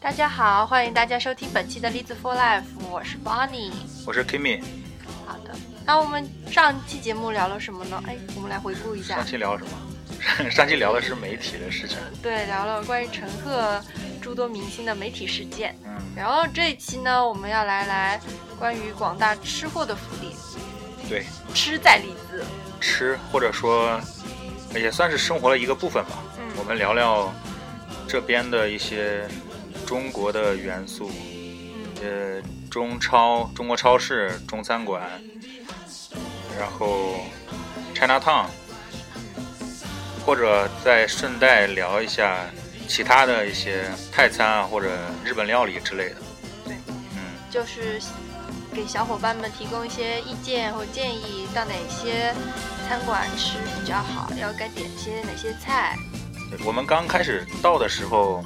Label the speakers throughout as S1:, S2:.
S1: 大家好，欢迎大家收听本期的《栗子 for Life》，我是 Bonnie。
S2: 我是 Kimi，
S1: 好的，那我们上期节目聊了什么呢？哎，我们来回顾一下
S2: 上。期聊了什么？ 上上期聊的是媒体的事情，
S1: 对，聊了关于陈赫诸多明星的媒体事件。
S2: 嗯，
S1: 然后这一期呢，我们要来来关于广大吃货的福利，
S2: 对，
S1: 吃在栗子。
S2: 吃或者说也算是生活的一个部分吧。
S1: 嗯
S2: 我们聊聊这边的一些中国的元素，
S1: 嗯
S2: 呃，中超、中国超市、中餐馆，然后 China Town，或者再顺带聊一下其他的一些泰餐啊或者日本料理之类的。
S1: 对，
S2: 嗯。
S1: 就是给小伙伴们提供一些意见或建议，到哪些餐馆吃比较好，要该点些哪些菜。
S2: 我们刚开始到的时候，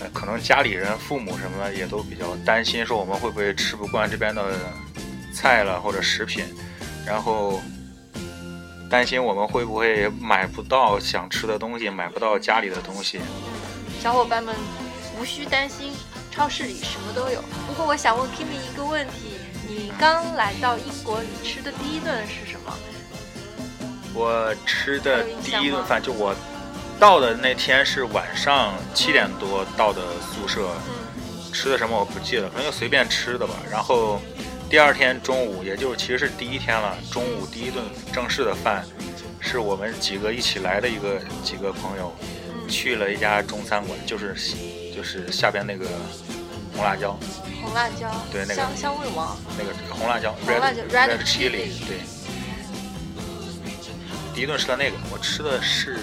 S2: 呃，可能家里人、父母什么的也都比较担心，说我们会不会吃不惯这边的菜了或者食品，然后担心我们会不会买不到想吃的东西，买不到家里的东西。
S1: 小伙伴们无需担心，超市里什么都有。不过我想问 Kimi 一个问题：你刚来到英国，你吃的第一顿是什么？
S2: 我吃的第一顿饭就我到的那天是晚上七点多到的宿舍，
S1: 嗯，
S2: 吃的什么我不记得，可能就随便吃的吧。然后第二天中午，也就是其实是第一天了，中午第一顿正式的饭，是我们几个一起来的一个几个朋友去了一家中餐馆，就是就是下边那个红辣椒，
S1: 嗯红辣椒，
S2: 对那个
S1: 香香味王，
S2: 那个红辣椒
S1: 红辣椒
S2: red
S1: red
S2: chili
S1: chili
S2: 对。第一顿吃的那个，我吃的是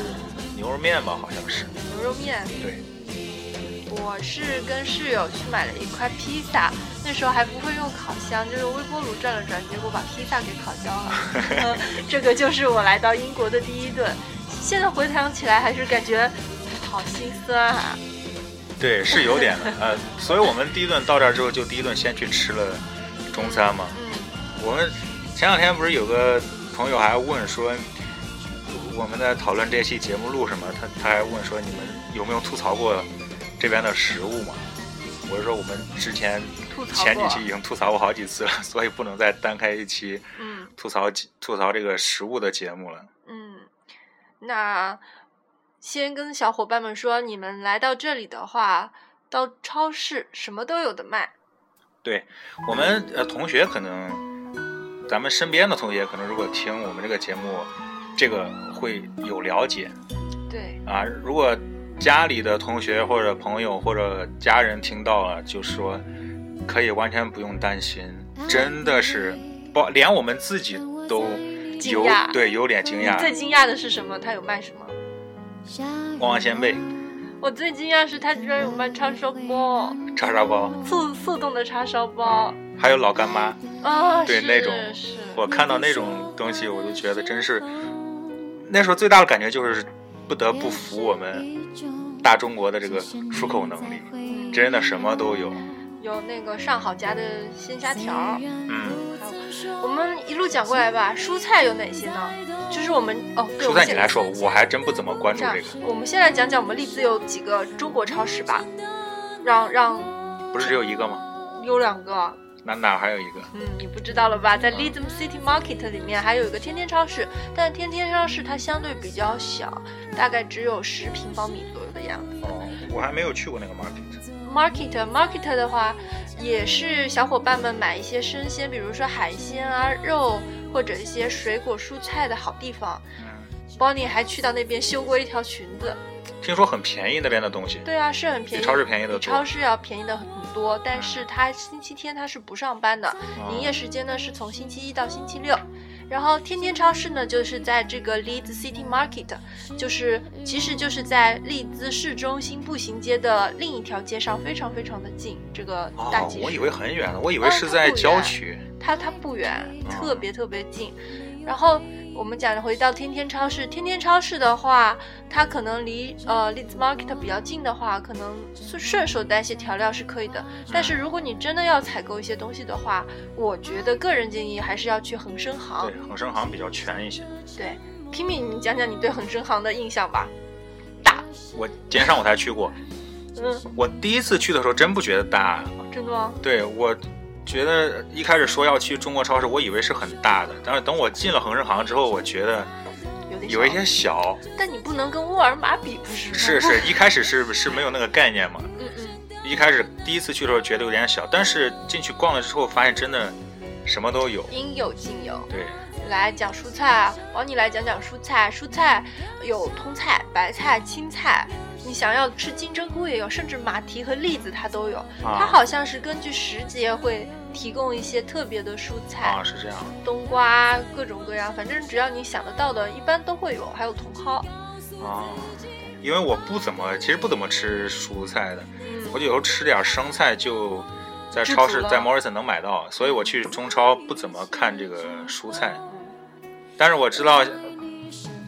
S2: 牛肉面吧，好像是。
S1: 牛肉面。
S2: 对，
S1: 我是跟室友去买了一块披萨，那时候还不会用烤箱，就是微波炉转了转，结果把披萨给烤焦了。 嗯这个就是我来到英国的第一顿。现在回想起来，还是感觉好心酸啊。
S2: 对，是有点的。呃，所以我们第一顿到这儿之后，就第一顿先去吃了中餐嘛。
S1: 嗯，
S2: 我们前两天不是有个朋友还问说，我们在讨论这期节目录什么，他他还问说你们有没有吐槽过这边的食物嘛？我就说我们之前
S1: 吐槽
S2: 前几
S1: 过。
S2: 期已经吐槽过好几次了， 所以不能再单开一期
S1: 嗯
S2: 吐槽几吐槽这个食物的节目了。
S1: 嗯，那先跟小伙伴们说，你们来到这里的话，到超市什么都有的卖。
S2: 对我们呃同学可能，咱们身边的同学可能如果听我们这个节目，这个会有了解，
S1: 对，
S2: 啊，如果家里的同学或者朋友或者家人听到了，就说可以完全不用担心，
S1: 啊
S2: 真的是包连我们自己都
S1: 惊
S2: 有
S1: 讶
S2: 对有点惊
S1: 你最
S2: 讶。
S1: 惊讶的是什么？他有卖什么？
S2: 旺旺仙贝、
S1: 我最惊讶是他居然有卖叉烧包，
S2: 叉烧包，
S1: 速速冻的叉烧包
S2: 还有老干妈，
S1: 啊，
S2: 对
S1: 是
S2: 那种
S1: 是，
S2: 我看到那种东西，我就觉得真是那时候最大的感觉就是不得不服我们大中国的这个出口能力，真的什么都有。
S1: 有那个上好佳的鲜虾条。
S2: 嗯，
S1: 我们一路讲过来吧，蔬菜有哪些呢？就是我们哦，对
S2: 蔬
S1: 我们
S2: 菜
S1: 先
S2: 你来说，我还真不怎么关注
S1: 这样
S2: 这个，，
S1: 我们先来讲讲我们栗子有几个中国超市吧，让让
S2: 不是只有一个吗？
S1: 有两个，
S2: 那哪还有一个？
S1: 嗯，你不知道了吧？在 Lidm City Market 里面还有一个天天超市，但天天超市它相对比较小，大概只有十平方米左右的样子。
S2: 哦，我还没有去过那个 market。
S1: Market Market 的话，也是小伙伴们买一些生鲜，比如说海鲜啊、肉或者一些水果蔬菜的好地方。
S2: 嗯，
S1: Bonnie 还去到那边修过一条裙子，
S2: 听说很便宜那边的东西，
S1: 对啊，是很
S2: 比
S1: 便宜，
S2: 超市便宜
S1: 比
S2: 的
S1: 超
S2: 多。
S1: 市要便宜的很多，但是它星期天它是不上班的，
S2: 嗯
S1: 营业时间呢是从星期一到星期六。然后天天超市呢，就是在这个 Leeds City Market，就是其实就是在利兹市中心步行街的另一条街上，非常非常的近。这个大
S2: 哦
S1: 集，市、
S2: 我以为很远的，我以为
S1: 哦
S2: 是在郊区。
S1: 它它不远，
S2: 嗯
S1: 特别特别近。然后我们讲回到天天超市，天天超市的话，它可能离呃 Leeds Market 比较近的话，可能顺顺手带一些调料是可以的。但是如果你真的要采购一些东西的话，我觉得个人建议还是要去恒生行
S2: 对。，恒生行比较全一些。
S1: 对 k i m i 你讲讲你对恒生行的印象吧。大，
S2: 我今天上午才去过，
S1: 嗯，
S2: 我第一次去的时候真不觉得大，
S1: 真的哦吗？
S2: 对我觉得一开始说要去中国超市，我以为是很大的，但是等我进了恒生行之后，我觉得
S1: 有点
S2: 有一
S1: 小
S2: 些小，
S1: 但你不能跟沃尔玛比，不是吗？
S2: 是是，一开始是是没有那个概念嘛，
S1: 嗯嗯，
S2: 一开始第一次去的时候觉得有点小，但是进去逛了之后，发现真的什么都有。
S1: 应有尽有。
S2: 对，
S1: 来讲蔬菜啊，帮你来讲讲蔬菜。蔬菜有通菜、白菜、青菜，你想要吃金针菇也有，甚至马蹄和栗子它都有。它
S2: 啊
S1: 好像是根据时节会提供一些特别的蔬菜，
S2: 啊是这样，
S1: 冬瓜啊各种各样，反正只要你想得到的，一般都会有。还有茼蒿，
S2: 啊，因为我不怎么，其实不怎么吃蔬菜的，我
S1: 嗯，
S2: 有时候吃点生菜就在
S1: 知
S2: 超
S1: 足
S2: 市，
S1: 了
S2: 在 Morrison 能买到，所以我去中超不怎么看这个蔬菜。但是我知道，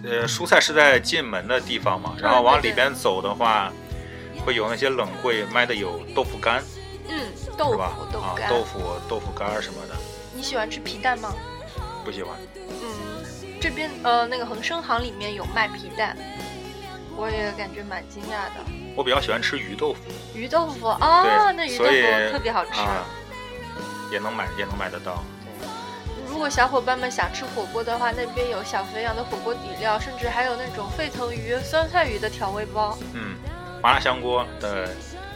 S2: 呃，蔬菜是在进门的地方嘛，然后往里边走的话，会有那些冷柜卖的有豆腐干，
S1: 嗯，豆
S2: 是
S1: 腐
S2: 吧？、
S1: 豆腐
S2: 啊
S1: 干，，
S2: 豆腐、豆腐干儿什么的，
S1: 你喜欢吃皮蛋吗？
S2: 不喜欢。
S1: 嗯，这边呃那个恒生行里面有卖皮蛋，我也感觉蛮惊讶的。
S2: 我比较喜欢吃鱼豆腐，
S1: 鱼豆腐啊，那
S2: 对，
S1: 鱼豆
S2: 所以
S1: 腐特别好吃。
S2: 啊，也能买，也能买得到。
S1: 如果小伙伴们想吃火锅的话，那边有小肥羊的火锅底料，甚至还有那种沸腾鱼、酸菜鱼的调味包，
S2: 嗯，麻辣香锅的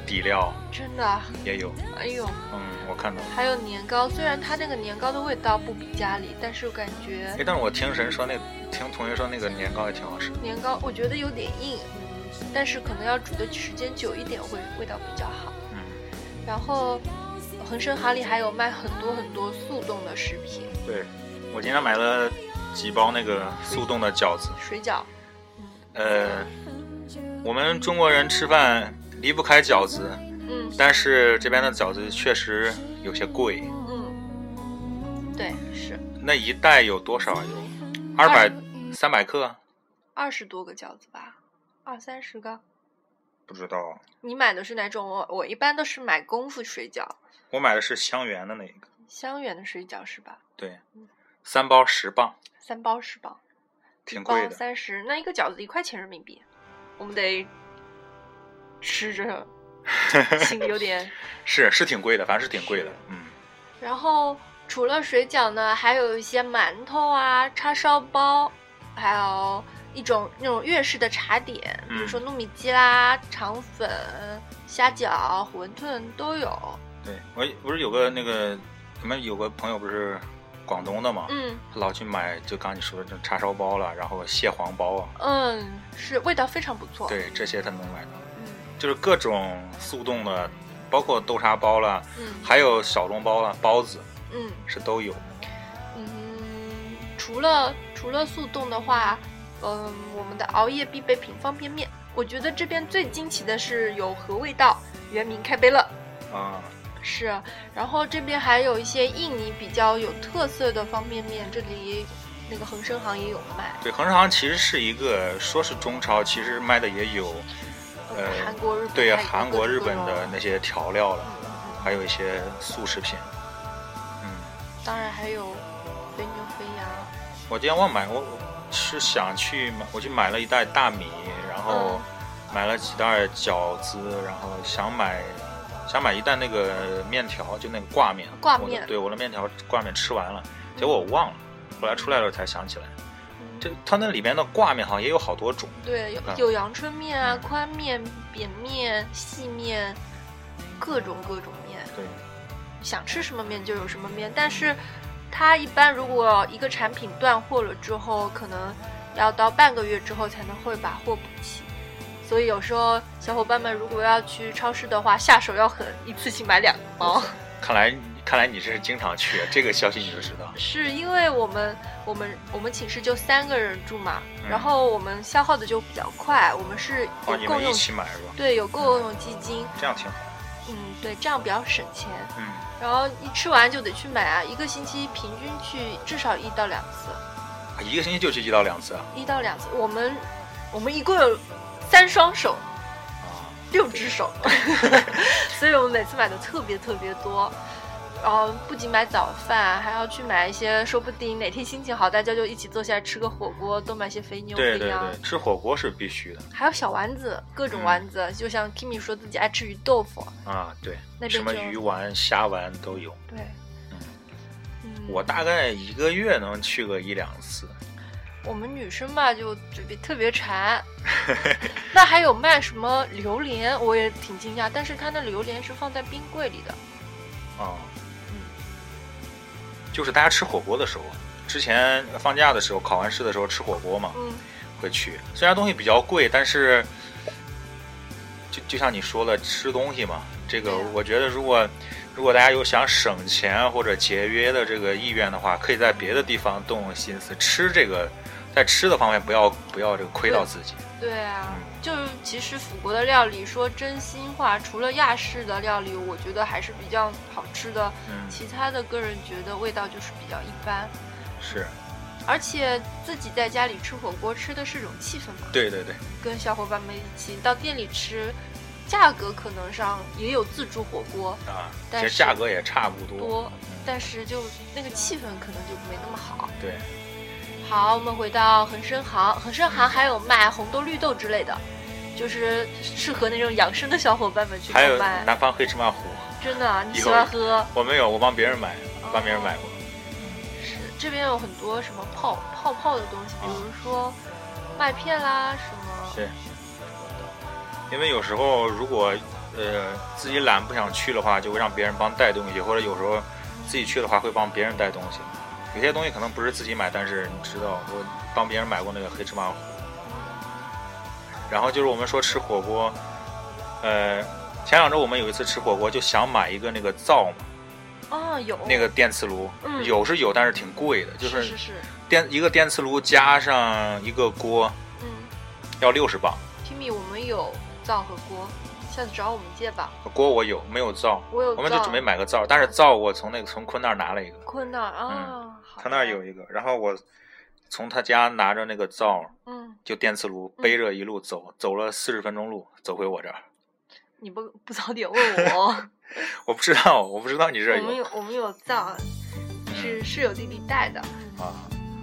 S2: 底料
S1: 真的啊，
S2: 也有。
S1: 哎呦，
S2: 嗯，我看到了。
S1: 还有年糕，虽然它那个年糕的味道不比家里，但是我感
S2: 哎，
S1: 觉
S2: 但是我听人说那，听同学说那个年糕也挺好吃。
S1: 年糕我觉得有点硬，但是可能要煮的时间久一点会味道比较好。
S2: 嗯，
S1: 然后恒生行里还有卖很多很多速冻的食品，
S2: 对，我今天买了几包那个速冻的饺子。
S1: 水饺，
S2: 呃，我们中国人吃饭离不开饺子，
S1: 嗯
S2: 但是这边的饺子确实有些贵。
S1: 嗯，对，是
S2: 那一袋有多少？有二百、三百克？
S1: 二十多个饺子吧，二三十个。
S2: 不知道，
S1: 你买的是哪种？我我一般都是买功夫水饺，
S2: 我买的是香园的那一个，
S1: 香园的水饺是吧？
S2: 对，三包十磅，
S1: 三包十包，
S2: 挺贵
S1: 包
S2: 的。
S1: 三十，那一个饺子一块钱人民币，我们得吃着， 心里有点。
S2: 是是挺贵的，反正是挺贵的。嗯，
S1: 然后除了水饺呢，还有一些馒头啊、叉烧包，还有一种那种粤式的茶点，比如
S2: 嗯
S1: 说糯米鸡啦、肠粉、虾饺、馄饨都有。
S2: 对我不是有个那个，你们有个朋友不是广东的嘛，
S1: 嗯
S2: 他老去买就刚你说的这种叉烧包了，然后蟹黄包啊，
S1: 嗯，是味道非常不错。，
S2: 对这些他能买到，
S1: 嗯
S2: 就是各种速冻的，包括豆沙包了，
S1: 嗯
S2: 还有小笼包了，包子
S1: 嗯。
S2: 是都有。
S1: 嗯，除了除了速冻的话，嗯，我们的熬夜必备品方便面，我觉得这边最惊奇的是有和味道，原名开杯乐。
S2: 啊、
S1: 是，然后这边还有一些印尼比较有特色的方便面，这里那个恒生行也有卖，
S2: 对，恒生行其实是一个说是中超，其实卖的也有，呃，
S1: 韩国、日本
S2: 对
S1: 还有
S2: 韩
S1: 各
S2: 国、
S1: 种
S2: 日
S1: 各
S2: 本
S1: 种
S2: 的那些调料了，
S1: 嗯
S2: 还有一些速食品。嗯，
S1: 当然还有肥牛、肥羊，
S2: 我今天忘买，我我是想去买，我去买了一袋大米，然
S1: 嗯
S2: 后买了几袋饺子，然后想买想买一袋那个面条，就那个挂面。
S1: 挂
S2: 我的
S1: 面
S2: 对，我的面条挂面吃完了，结果我忘了，后来出来的时候才想起来，
S1: 嗯
S2: 这它那里面的挂面好像也有好多种。
S1: 对，有
S2: 啊
S1: 有阳春面啊、宽面、扁面、细面，各种各种面。
S2: 对，
S1: 想吃什么面就有什么面，但是它一般如果一个产品断货了之后，可能要到半个月之后才能会把货补齐。所以有时候小伙伴们如果要去超市的话，下手要狠，一次性买两包。
S2: 看来看来你这是经常去，这个消息你就知道。
S1: 是因为我们我们我们寝室就三个人住嘛，
S2: 嗯
S1: 然后我们消耗的就比较快，我们是 有
S2: 哦，你
S1: 共
S2: 们一
S1: 用、
S2: 起买是吧？
S1: 对有共用基金，
S2: 这样挺好。
S1: 嗯，对，这样比较省钱。
S2: 嗯，
S1: 然后一吃完就得去买啊，一个星期平均去至少一到两次，嗯
S2: 一个星期就去一到两次啊。
S1: 一到两次。我们我们一共有三双手，
S2: 啊，
S1: 六只手，所以我们每次买的特别特别多。然后不仅买早饭，啊还要去买一些，说不定哪天心情好，大家就一起坐下来吃个火锅，多买些肥牛、
S2: 对
S1: 肥
S2: 对
S1: 羊
S2: 对，，嗯吃火锅是必须的
S1: 还有小丸子，各种丸子。就像 Kimi 说自己爱吃鱼豆腐，
S2: 啊，对，
S1: 那边
S2: 什么
S1: 就
S2: 鱼丸、虾丸都有。
S1: 对，
S2: 嗯
S1: 嗯，
S2: 我大概一个月能去个一两次。
S1: 我们女生吧，就嘴皮特别 馋。那还有卖什么榴莲，我也挺惊讶，但是它那榴莲是放在冰柜里的。
S2: 啊，嗯，就是大家吃火锅的时候，之前放假的时候，考完试的时候吃火锅嘛，
S1: 嗯，
S2: 会去。虽然东西比较贵，但是就就像你说了，吃东西嘛，这个
S1: 对啊
S2: 我觉得如果如果大家有想省钱或者节约的这个意愿的话，可以在别的地方动心思，吃这个在吃的方面不要不要这个亏到自己。
S1: 对啊，
S2: 嗯
S1: 就是其实腐国的料理，说真心话，除了亚式的料理，我觉得还是比较好吃的，
S2: 嗯，
S1: 其他的个人觉得味道就是比较一般。
S2: 是
S1: 而且自己在家里吃火锅吃的是一种气氛嘛，
S2: 对对对，
S1: 跟小伙伴们一起到店里吃，价格可能上也有自助火锅
S2: 啊，其
S1: 但
S2: 实
S1: 是
S2: 价格也差不多。
S1: 多，但是就那个气氛可能就没那么好。
S2: 对，
S1: 好，我们回到恒生行，恒生行还有卖红豆、绿豆之类的，就是适合那种养生的小伙伴们去
S2: 还有
S1: 购买。
S2: 南方黑芝麻糊。
S1: 真的，啊你
S2: 以
S1: 喜
S2: 后
S1: 欢喝？嗯
S2: 我没有，我帮别人买，帮别人买过。
S1: 是这边有很多什么泡泡泡的东西，
S2: 啊
S1: 比如说麦片啦，什么
S2: 对，因为有时候如果呃自己懒不想去的话，就会让别人帮带东西，或者有时候自己去的话会帮别人带东西。有些东西可能不是自己买，但是你知道我帮别人买过那个黑芝麻糊。然后就是我们说吃火锅，呃，前两周我们有一次吃火锅，就想买一个那个灶嘛，
S1: 啊有
S2: 那个电磁炉，
S1: 嗯
S2: 有是有，但是挺贵的，就是是
S1: 是是，
S2: 电一个电磁炉加上一个锅
S1: 嗯
S2: 要六十磅，
S1: ，Timmy，我们有灶和锅，下次找我们借吧。
S2: 锅我有没有灶？
S1: 我有
S2: 我们就
S1: 灶
S2: 准备买个灶，但是灶我从那个从坤那儿拿了一个，
S1: 坤那儿啊，好
S2: 嗯他那儿
S1: 的
S2: 有，一个，然后我从他家拿着那个灶，
S1: 嗯，
S2: 就电磁炉
S1: 嗯
S2: 背着一路走，走了四十分钟路，走回我这儿。
S1: 你不不早点问我，
S2: 我不知道，我不知道你 这儿
S1: 我们
S2: 有嗯
S1: 有我们有灶，啊是室友弟弟带的，
S2: 啊。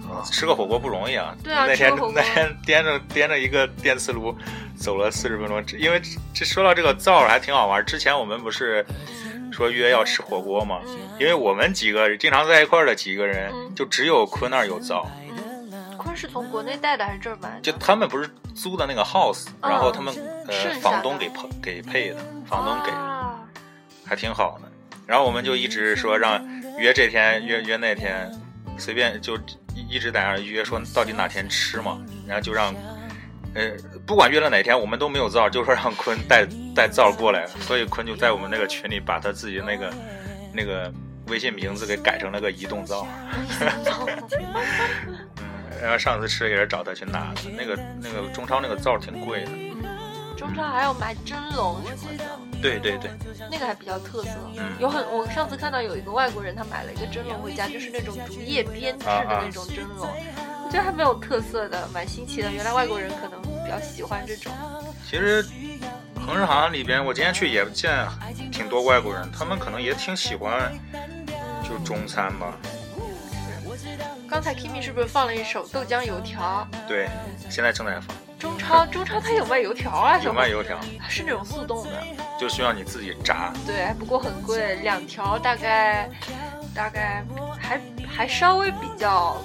S2: 我吃个火锅不容易啊！
S1: 对啊
S2: 那天
S1: 吃个火锅
S2: 那天掂着掂着一个电磁炉，走了四十分钟。因为这说到这个灶儿还挺好玩儿。之前我们不是说约要吃火锅吗？
S1: 嗯
S2: 因为我们几个经常在一块儿的几个人，
S1: 嗯
S2: 就只有坤那儿有灶，
S1: 嗯，坤是从国内带的还是这儿买的？
S2: 就他们不是租的那个 house，、
S1: 嗯
S2: 然后他们呃
S1: 剩下的
S2: 房东给配给配的，房东给的
S1: 啊
S2: 还挺好的。然后我们就一直说让约这天约约那天，随便就一一直在那儿约，说到底哪天吃嘛。然后就让呃不管约了哪天，我们都没有灶，就说让坤带带灶过来。所以坤就在我们那个群里把他自己那个那个微信名字给改成了个移动灶。然后上次吃也是找他去拿的，那个那个中超那个灶挺贵的。
S1: 嗯中超还要买蒸笼什么的。
S2: 对对对，
S1: 那个还比较特色，
S2: 嗯
S1: 有很我上次看到有一个外国人，他买了一个蒸笼回家，就是那种竹叶编制的那种蒸笼，我觉得还蛮有特色的，蛮新奇的。原来外国人可能比较喜欢这种，
S2: 其实恒生行里边，我今天去也见挺多外国人，他们可能也挺喜欢就中餐吧。
S1: 刚才 Kimi 是不是放了一首豆浆油条？
S2: 对，现在正在放，
S1: 中超中超它有卖油条啊，
S2: 有
S1: 什么
S2: 卖油条，
S1: 是那种速冻的，
S2: 就需要你自己炸。
S1: 对，不过很贵，两条大概大概还还稍微比较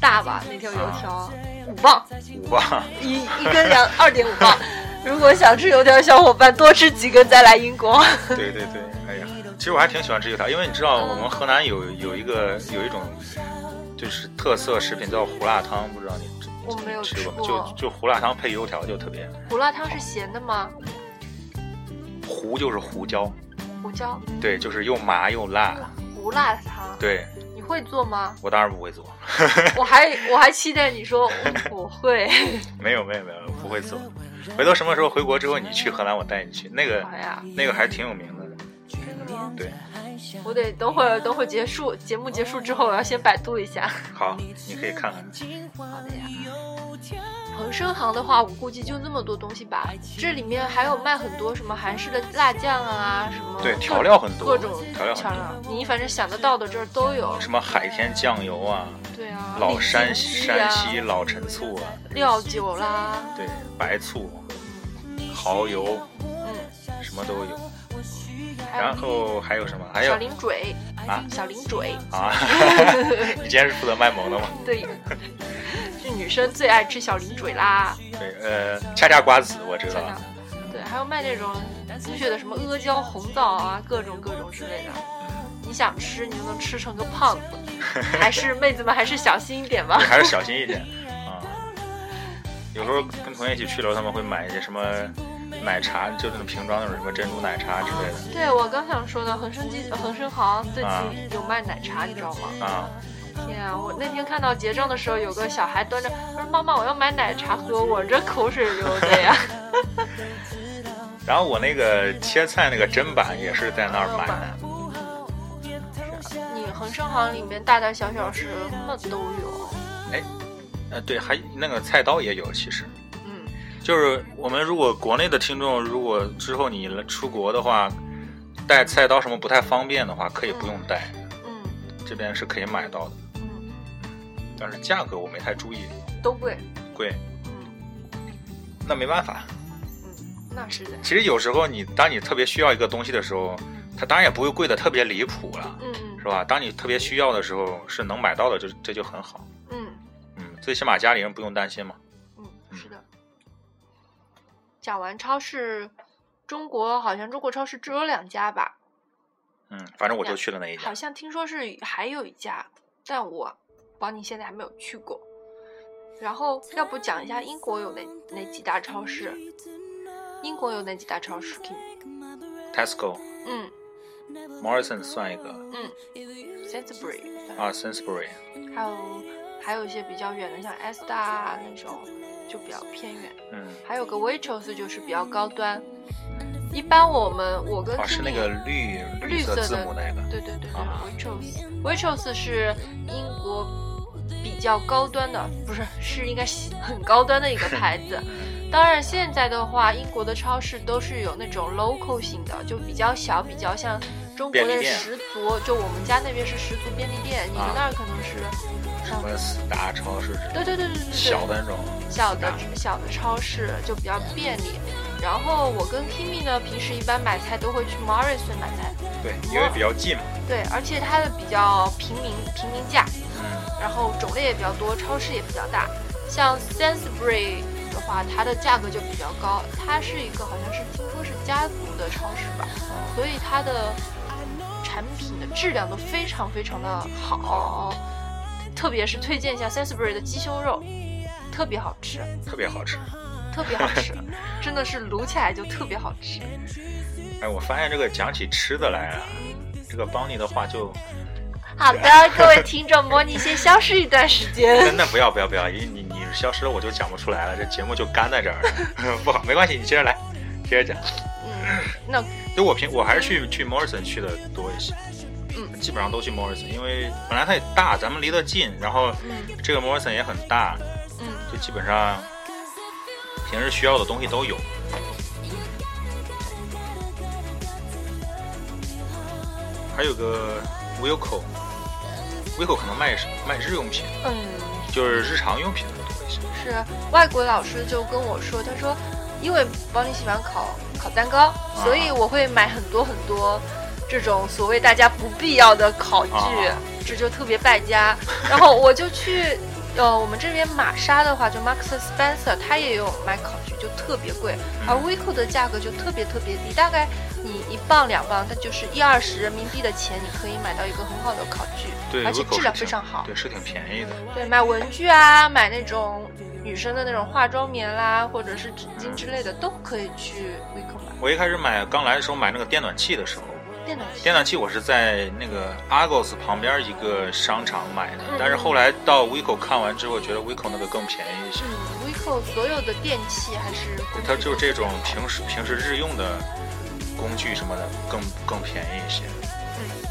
S1: 大吧，那条油
S2: 啊
S1: 条五磅。
S2: 五磅，
S1: 一一根两二点五磅。如果想吃油条，小伙伴多吃几根再来英国。
S2: 对对对，哎呀，其实我还挺喜欢吃油条，因为你知道我们河南有有一个有一种就是特色食品叫胡辣汤，不知道你吃
S1: 我没有
S2: 吃
S1: 吃
S2: 过吗？
S1: 过
S2: 就就胡辣汤配油条就特别
S1: 胡辣汤是咸的吗？
S2: 胡，就是胡椒，
S1: 胡椒
S2: 对，就是又麻又辣，
S1: 胡辣汤，
S2: 对？
S1: 你会做吗
S2: 我当然不会做。
S1: 我还我还期待你说嗯我会。
S2: 没有没有没有，不会做。回头什么时候回国之后，你去荷兰，我带你去。那个
S1: 好哎呀，
S2: 那个还挺有名的，
S1: 真的吗？
S2: 对。
S1: 我得等会儿等会儿结束节目结束之后，我要先百度一下。
S2: 好，你可以看看。
S1: 好的呀。恒生行的话，我估计就那么多东西吧。这里面还有卖很多什么韩式的辣酱啊，什么
S2: 对
S1: 各
S2: 调料很多
S1: 各种
S2: 调料很多
S1: 料，你反正想得到的这儿都有。
S2: 什么海天酱油啊，
S1: 对啊，
S2: 老
S1: 李
S2: 山
S1: 记
S2: 山
S1: 啊
S2: 西老陈醋啊，
S1: 料酒啦，
S2: 对，白醋、蚝油
S1: 嗯，
S2: 什么都有。
S1: 还有
S2: 然后还有什么？还有
S1: 小零嘴
S2: 啊
S1: 小零嘴，
S2: 啊， 你今天是负责卖萌的吗？
S1: 对， 是女生最爱吃小零嘴啦，
S2: 对，呃，恰恰瓜子我知
S1: 真
S2: 道，
S1: 的。对，还有卖那种精血的什么阿胶红枣啊，各种各种之类的。你想吃，你就能吃成个胖子。还是妹子们，还是小心一点吧
S2: 你。还是小心一点啊。有时候跟同学一起去的时候，他们会买一些什么奶茶，就那种瓶装那种什么珍珠奶茶之 类
S1: 对我刚想说的，恒生集恒生行最近有卖奶茶，你知道吗？
S2: 的啊。
S1: 天啊！我那天看到结账的时候，有个小孩端着，他说：“妈妈，我要买奶茶喝。”我这口水流的呀。
S2: 然后我那个切菜那个砧板也是在那儿买的，
S1: 你恒生行里面大大小小什么都有，
S2: 呃，对，还那个菜刀也有，其实。
S1: 嗯，
S2: 就是我们如果国内的听众，如果之后你出国的话，带菜刀什么不太方便的话，可以不用带，
S1: 嗯
S2: 这边是可以买到的，
S1: 嗯，
S2: 但是价格我没太注意，
S1: 都贵，
S2: 贵，
S1: 嗯
S2: 那没办法。
S1: 嗯，那是的，
S2: 其实有时候你当你特别需要一个东西的时候，它当然也不会贵的特别离谱了，
S1: 嗯嗯
S2: 是吧？当你特别需要的时候是能买到的，这这就很好，
S1: 嗯
S2: 嗯，最起码家里人不用担心嘛。
S1: 嗯，是的。讲完超市，中国好像中国超市只有两家吧，
S2: 嗯，反正我就去了那一家
S1: 好，像听说是还有一家，但我保你现在还没有去过。然后要不讲一下英国有哪哪几大超市？英国有哪几大超市？Kim？
S2: Tesco、
S1: 嗯
S2: Morrison 算一个
S1: 嗯，Sainsbury，
S2: 啊，Sainsbury，
S1: 还有还有一些比较远的，像 Asda 啊那种就比较偏远。
S2: 嗯，
S1: 还有个 Waitrose 就是比较高端。一般我们我跟
S2: 啊是那
S1: Kimi
S2: 个绿
S1: 绿
S2: 色
S1: 色
S2: 字
S1: 的
S2: 母那个，
S1: 对对对对
S2: 啊
S1: ，Waitrose Waitrose 是英国比较高端的，不是是应该是 很高端 的一个牌子。当然，现在的话，英国的超市都是有那种 local 型的，就比较小，比较像中国
S2: 便利
S1: 的
S2: 店
S1: 十足，就我们家那边是十足便利店，你们
S2: 啊
S1: 那儿可能是
S2: 什么四大超市之类的
S1: 嗯对对对对对对，
S2: 小的那种，
S1: 小的
S2: 大
S1: 小的超市就比较便利。然后我跟 Kimi 呢，平时一般买菜都会去 Morrison 买菜，
S2: 对，因为比较近嘛，
S1: 对，而且它的比较平民平民价，
S2: 嗯，
S1: 然后种类也比较多，超市也比较大。像 Sainsbury 的话，它的价格就比较高，它是一个好像是听说是家族的超市吧，所以它的产品的质量都非常非常的好，特别是推荐一下 Sainsbury 的鸡胸肉，特别好吃。
S2: 特别好吃。
S1: 特别好 吃，真的是卤起来就特别好吃。
S2: 哎，我发现这个讲起吃的来啊，这个邦尼的话就
S1: 好 的，各位听众，模拟先消失一段时间。
S2: 真的不要不要不要，你你你消失了我就讲不出来了，这节目就干在这儿了， 不好，没关系，你接着来，接着讲。
S1: 嗯，那
S2: 就我平我还是去去 Morrison 去的多一些，
S1: 嗯
S2: 基本上都去 Morrison，因为本来它也大，咱们离得近，然后
S1: 嗯
S2: 这个 Morrison 也很大，
S1: 嗯，
S2: 就基本上平时需要的东西都有。还有个 Wilco，Wilco 可能卖卖日用品，
S1: 嗯，
S2: 就是日常用品的多一些。
S1: 是外国老师就跟我说，他说，因为包你喜欢烤烤蛋糕，所以我会买很多很多这种所谓大家不必要的烤具，
S2: 啊
S1: 这就特别败家。然后我就去。呃，我们这边玛莎的话，就 Marks Spencer，它也有卖烤具，就特别贵。而 Wico 的价格就特别特别低，大概你一磅两磅，它就是一二十人民币的钱，你可以买到一个很好的烤具，
S2: 对，
S1: 而且
S2: Wilco
S1: 质量
S2: 是
S1: 非常
S2: 挺
S1: 好。
S2: 对，是挺便宜的。
S1: 对，买文具啊，买那种女生的那种化妆棉啦，或者是纸巾之类的，都可以去 Wico 买。
S2: 我一开始买刚来的时候买那个电暖器的时候，
S1: 电脑器
S2: 电暖器我是在那个 Argos 旁边一个商场买的
S1: 嗯，
S2: 但是后来到 Wico 看完之后，觉得 Wico 那个更便宜一些
S1: 嗯。，Wico 所有的电器还是工具
S2: 它就
S1: 都
S2: 这
S1: 是
S2: 种平时平时日用的工具什么的更更便宜一些。
S1: 嗯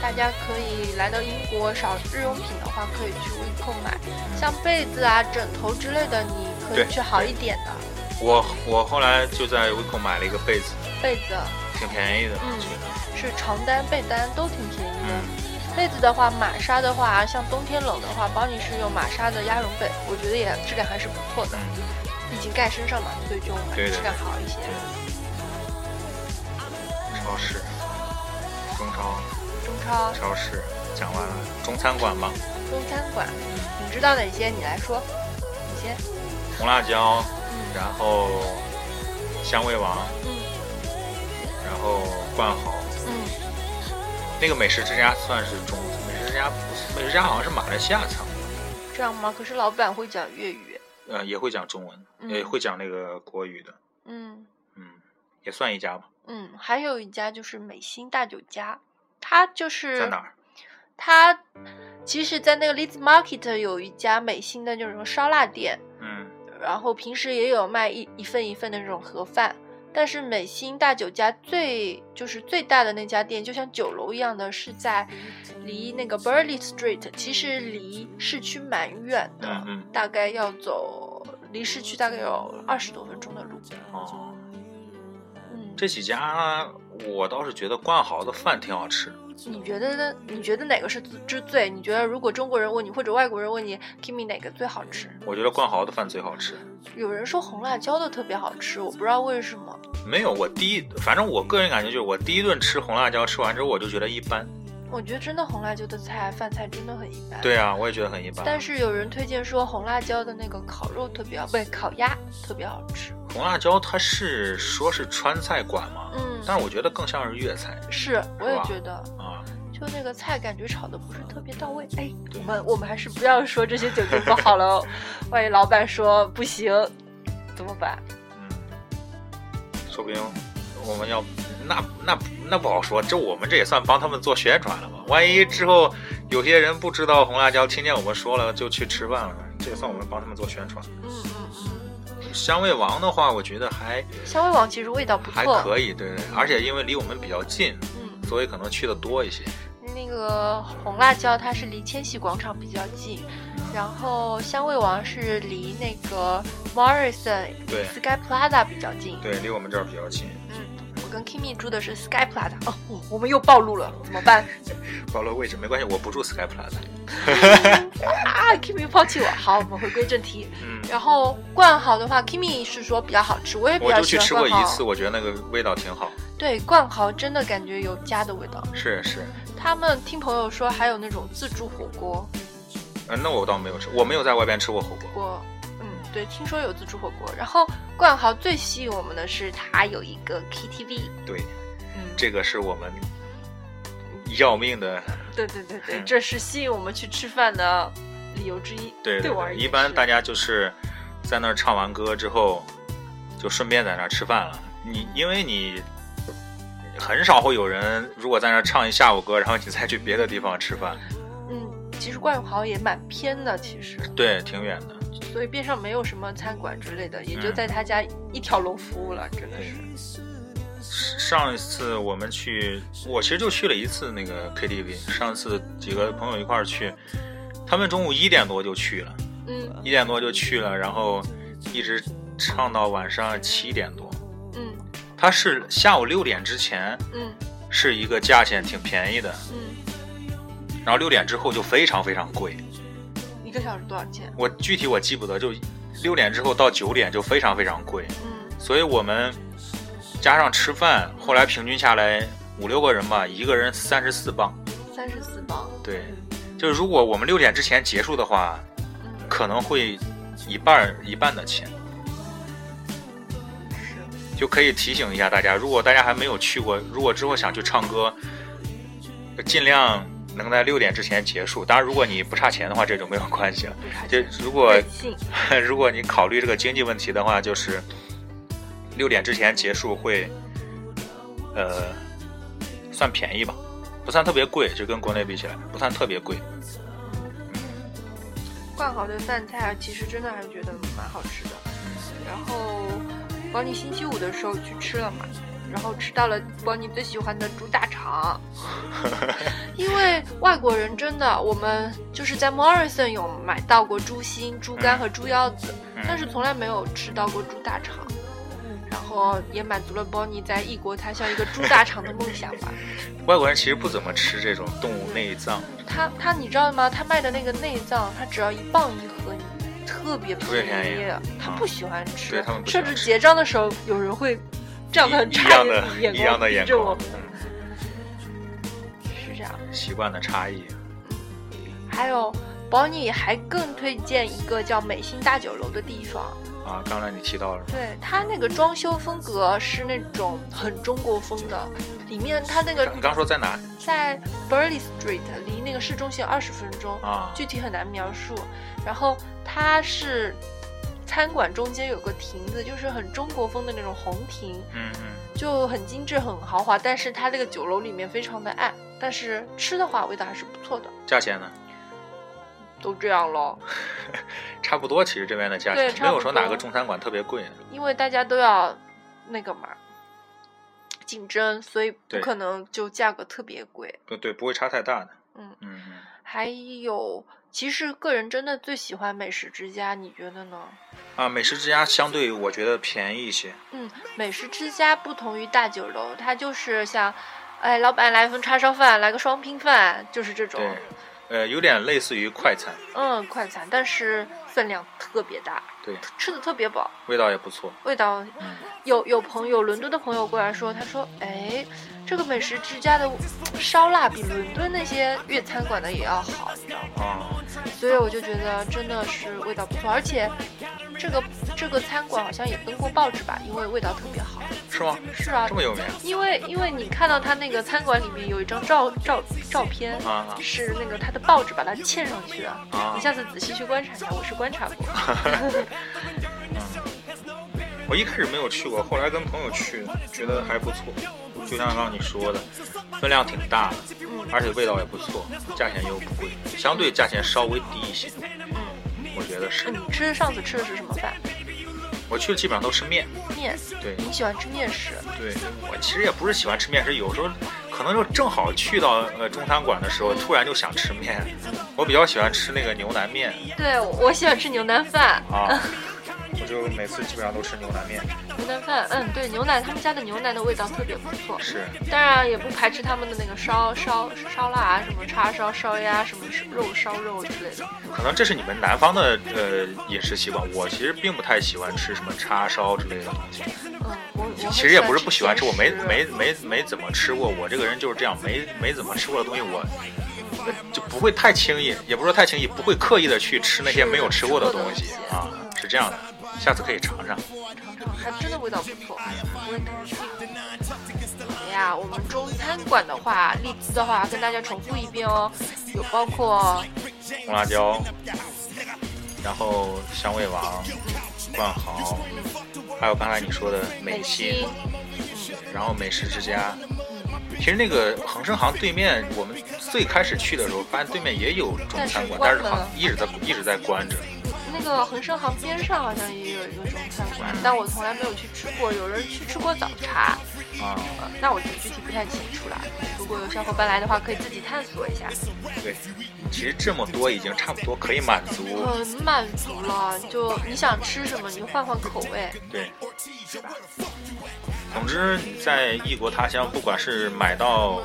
S1: 大家可以来到英国少日用品的话，可以去微购买，像被子啊、枕头之类的，你可
S2: 对
S1: 以去好一点的
S2: 我我后来就在 Wico 买了一个被子，
S1: 被子，
S2: 挺便宜的，
S1: 嗯
S2: 我觉得，
S1: 是床单、被单都挺便宜的。
S2: 嗯，
S1: 被子的话，玛莎的话，像冬天冷的话，邦尼是用玛莎的鸭绒被，我觉得也质量还是不错的，
S2: 嗯
S1: 毕竟盖身上嘛，所以就买
S2: 对的
S1: 质量好一些。
S2: 超市，中超
S1: 中超
S2: 超市讲完了，中餐馆吧，
S1: 中餐馆，你知道哪些？你来说，你先。
S2: 红辣椒，
S1: 嗯
S2: 然后香味王，
S1: 嗯
S2: 然后冠豪，
S1: 嗯，
S2: 那个美食之家算是中美食之家不是，美食之家好像是马来西亚餐馆，
S1: 这样吗？可是老板会讲粤语。
S2: 呃，也会讲中文，
S1: 嗯
S2: 也会讲那个国语的，
S1: 嗯
S2: 嗯，也算一家吧，
S1: 嗯，还有一家就是美心大酒家，它就是
S2: 在哪儿？
S1: 它其实，在那个 Leeds Market 有一家美心的那种烧腊店，
S2: 嗯，
S1: 然后平时也有卖一一份一份的那种盒饭。但是美心大酒家最就是最大的那家店，就像酒楼一样的，是在离那个 Burley Street，其实离市区蛮远的，
S2: 嗯嗯
S1: 大概要走离市区大概有二十多分钟的路。
S2: 哦，
S1: 嗯，
S2: 这几家我倒是觉得冠豪的饭挺好吃，
S1: 你觉得呢？你觉得哪个是之之最？你觉得如果中国人问你或者外国人问你，Kimi 哪个最好吃？
S2: 我觉得冠豪的饭最好吃。
S1: 有人说红辣椒的特别好吃，我不知道为什么。
S2: 没有，我第一，反正我个人感觉就是，我第一顿吃红辣椒吃完之后，我就觉得一般。
S1: 我觉得真的红辣椒的菜饭菜真的很一般。。
S2: 对啊，我也觉得很一般。
S1: 但是有人推荐说红辣椒的那个烤肉特别好，不对，烤鸭特别好吃。
S2: 红辣椒它是说是川菜馆嘛，
S1: 嗯，
S2: 但是我觉得更像是粤菜
S1: 是，我
S2: 是
S1: 也
S2: 吧
S1: 觉得，
S2: 啊。
S1: 就那个菜感觉炒的不是特别到位。哎，
S2: 对
S1: 我们我们还是不要说这些酒店不好 了，哦万一老板说不行，怎么办？
S2: 嗯，说不定我们要那那那不好说，这我们这也算帮他们做宣传了嘛。万一之后有些人不知道红辣椒，听见我们说了就去吃饭了，这也算我们帮他们做宣传。
S1: 嗯嗯嗯，
S2: 香味王的话，我觉得还
S1: 香味网其实味道不错，
S2: 还可以，对，而且因为离我们比较近，
S1: 嗯，
S2: 所以可能去的多一些。
S1: 那个红辣椒它是离千禧广场比较近，然后香味王是离那个 Morrison
S2: 对
S1: Sky Plaza 比较近。
S2: 对，离我们这儿比较近。
S1: 嗯，我跟 Kimi 住的是 Sky Plaza，哦，我我们又暴露了，怎么办
S2: 暴露位置没关系，我不住 Sky Plaza。
S1: 啊？Kimi 抛弃我，好，我们回归正题。
S2: 嗯，
S1: 然后冠豪的话，Kimi 是说比较好吃，我也比
S2: 我
S1: 较
S2: 就
S1: 喜
S2: 去
S1: 欢
S2: 吃过
S1: 冠
S2: 一
S1: 豪
S2: 次，。我觉得那个味道挺好。
S1: 对，冠豪真的感觉有家的味道。
S2: 是是，
S1: 他们听朋友说还有那种自助火锅，
S2: 呃，那我倒没有吃，我没有在外边吃过火锅。
S1: 锅，嗯，对，听说有自助火锅。然后冠豪最吸引我们的是它有一个 KTV，
S2: 对，
S1: 嗯，
S2: 这个是我们要命的。
S1: 对对对对，
S2: 嗯
S1: 这是吸引我们去吃饭的理由之一。
S2: 对
S1: 对我而
S2: 对，
S1: 言是，
S2: 一般大家就是在那儿唱完歌之后，就顺便在那儿吃饭了。你因为你很少会有人如果在那儿唱一下午歌，然后你再去别的地方吃饭，
S1: 嗯，其实冠豪也蛮偏的，其实，
S2: 对，挺远的。
S1: 所以边上没有什么餐馆之类的，也就
S2: 嗯
S1: 在他家一条龙服务了，真的是。
S2: 上一次我们去，我其实就去了一次那个 KTV。上次几个朋友一块儿去，他们中午一点多就去了，
S1: 嗯
S2: 一点多就去了，然后一直唱到晚上七点多。
S1: 嗯
S2: 它是下午六点之前
S1: 嗯
S2: 是一个价钱挺便宜的，
S1: 嗯，
S2: 然后六点之后就非常非常贵。
S1: 一个小时多少钱？
S2: 我具体我记不得，就六点之后到九点就非常非常贵。
S1: 嗯
S2: 所以我们加上吃饭，后来平均下来五六个人吧，一个人三十四磅。
S1: 三十四磅。
S2: 对，就是如果我们六点之前结束的话，
S1: 嗯，
S2: 可能会一半儿一半的钱，
S1: 是。
S2: 就可以提醒一下大家，如果大家还没有去过，如果之后想去唱歌，尽量能在六点之前结束。当然，如果你不差钱的话，这就没有关系了。
S1: 不差
S2: 就
S1: 钱
S2: 如果
S1: 任性
S2: 如果你考虑这个经济问题的话，就是六点之前结束会，呃，算便宜吧，不算特别贵，就跟国内比起来，不算特别贵。
S1: 冠豪的饭菜啊其实真的还觉得蛮好吃的。然后，包你星期五的时候去吃了嘛，然后吃到了伯尼最喜欢的猪大肠。因为外国人真的，我们就是在 Morrison 有买到过猪心、猪肝和猪腰子，但是从来没有吃到过猪大肠。然后也满足了 Bonnie 在异国他乡一个猪大肠的梦想吧。
S2: 外国人其实不怎么吃这种动物内脏，
S1: 他他你知道吗？他卖的那个内脏，他只要一磅一盒，特别
S2: 特别便宜啊
S1: 他不喜欢吃，
S2: 对他们不喜
S1: 甚
S2: 欢
S1: 至
S2: 吃
S1: 结账的时候，有人会这样的很
S2: 一
S1: 诧
S2: 样
S1: 异
S2: 的
S1: 眼
S2: 一样的眼
S1: 盯着我
S2: 光
S1: 们，，是这样。
S2: 嗯习惯的差异。
S1: 还有 Bonnie 还更推荐一个叫美心大酒楼的地方，
S2: 啊，刚才你提到了，
S1: 对它那个装修风格是那种很中国风的，里面它那个
S2: 你刚说在哪
S1: 在 Burley Street，离那个市中心二十分钟，
S2: 啊？
S1: 具体很难描述。然后它是餐馆中间有个亭子，就是很中国风的那种红亭，
S2: 嗯嗯，
S1: 就很精致、很豪华。但是它这个酒楼里面非常的暗，但是吃的话味道还是不错的。
S2: 价钱呢？
S1: 都这样咯，
S2: 差不多，其实这边的价
S1: 对
S2: 钱
S1: 差
S2: 没
S1: 不
S2: 有说哪个
S1: 多
S2: 中餐馆特别贵。
S1: 因为大家都要那个嘛竞争，所以不
S2: 对
S1: 可能就价格特别贵。
S2: 不对，不会差太大的。
S1: 嗯
S2: 嗯嗯，
S1: 还有，其实个人真的最喜欢美食之家，你觉得呢？
S2: 啊，美食之家相对我觉得便宜一些。
S1: 嗯，美食之家不同于大酒楼，它就是像，哎，老板来一份叉烧饭，来个双拼饭，就是这种
S2: 对，，呃，有点类似于快餐，
S1: 嗯，快餐，但是分量特别大，
S2: 对，
S1: 吃的特别饱，
S2: 味道也不错。
S1: 味道
S2: 嗯，
S1: 有有朋友伦敦的朋友过来说，他说，哎，这个美食之家的烧腊比伦敦那些粤餐馆的也要好，你知道吗？
S2: 啊，
S1: 所以我就觉得真的是味道不错，而且这个这个餐馆好像也登过报纸吧，因为味道特别好。
S2: 是吗？
S1: 是啊
S2: 这，么有名
S1: 因为因为你看到他那个餐馆里面有一张照照照片，
S2: 啊
S1: 是那个他的报纸把它嵌上去的。
S2: 啊
S1: 你！下次仔细去观察一下，我是观 察过。
S2: 我一开始没有去过，后来跟朋友去的，觉得还不错。就像刚刚你说的，分量挺大的，而且味道也不错，价钱又不贵，相对价钱稍微低一些，我觉得
S1: 嗯，
S2: 是。
S1: 你吃上次吃的是什么饭？
S2: 我去基本上都吃面，
S1: 面。
S2: 对
S1: 你喜欢吃面食？
S2: 对，我其实也不是喜欢吃面食，有时候可能就正好去到呃中餐馆的时候，突然就想吃面。我比较喜欢吃那个牛腩面
S1: 对，我喜欢吃牛腩饭。
S2: 啊，我就每次基本上都吃牛腩面。
S1: 牛腩饭，嗯，对，牛奶，他们家的牛奶的味道特别不错。
S2: 是，
S1: 当然也不排斥他们的那个烧烧烧腊啊，什么叉烧、烧鸭、啊什么肉烧肉之类的。
S2: 可能这是你们南方的呃饮食习惯。我其实并不太喜欢吃什么叉烧之类的东西，
S1: 嗯，我我很
S2: 其实也不是不喜欢吃，我
S1: 甜
S2: 没
S1: 食
S2: 没没没怎么吃过。我这个人就是这样，没没怎么吃过的东西，我呃就不会太轻易，也不是说太轻易，不会刻意的去吃那些没有吃过的东西
S1: 吃过的
S2: 啊，是这样的。下次可以尝尝。
S1: 尝尝，它啊真的味道不错。我也感觉哎呀，我们中餐馆的话，荔枝的话，跟大家重复一遍哦，有包括
S2: 红辣椒，然后香味王、冠豪，还有刚才你说的美心，然后美食之家。其实那个恒生行对面，我们最开始去的时候，发现对面也有中餐馆，
S1: 但
S2: 但是
S1: 是
S2: 好
S1: 关
S2: 像
S1: 了
S2: 一直在一直在关着。
S1: 那个恒生行边上好像也有一个中餐馆，但我从来没有去吃过。有人去吃过早茶，
S2: 啊、
S1: 呃那我就具体不太清楚了。如果有小伙伴来的话，可以自己探索一下。
S2: 对，其实这么多已经差不多可以满足。
S1: 很满足呃了，就你想吃什么，你就换换口味。
S2: 对，总之你在异国他乡，不管是买到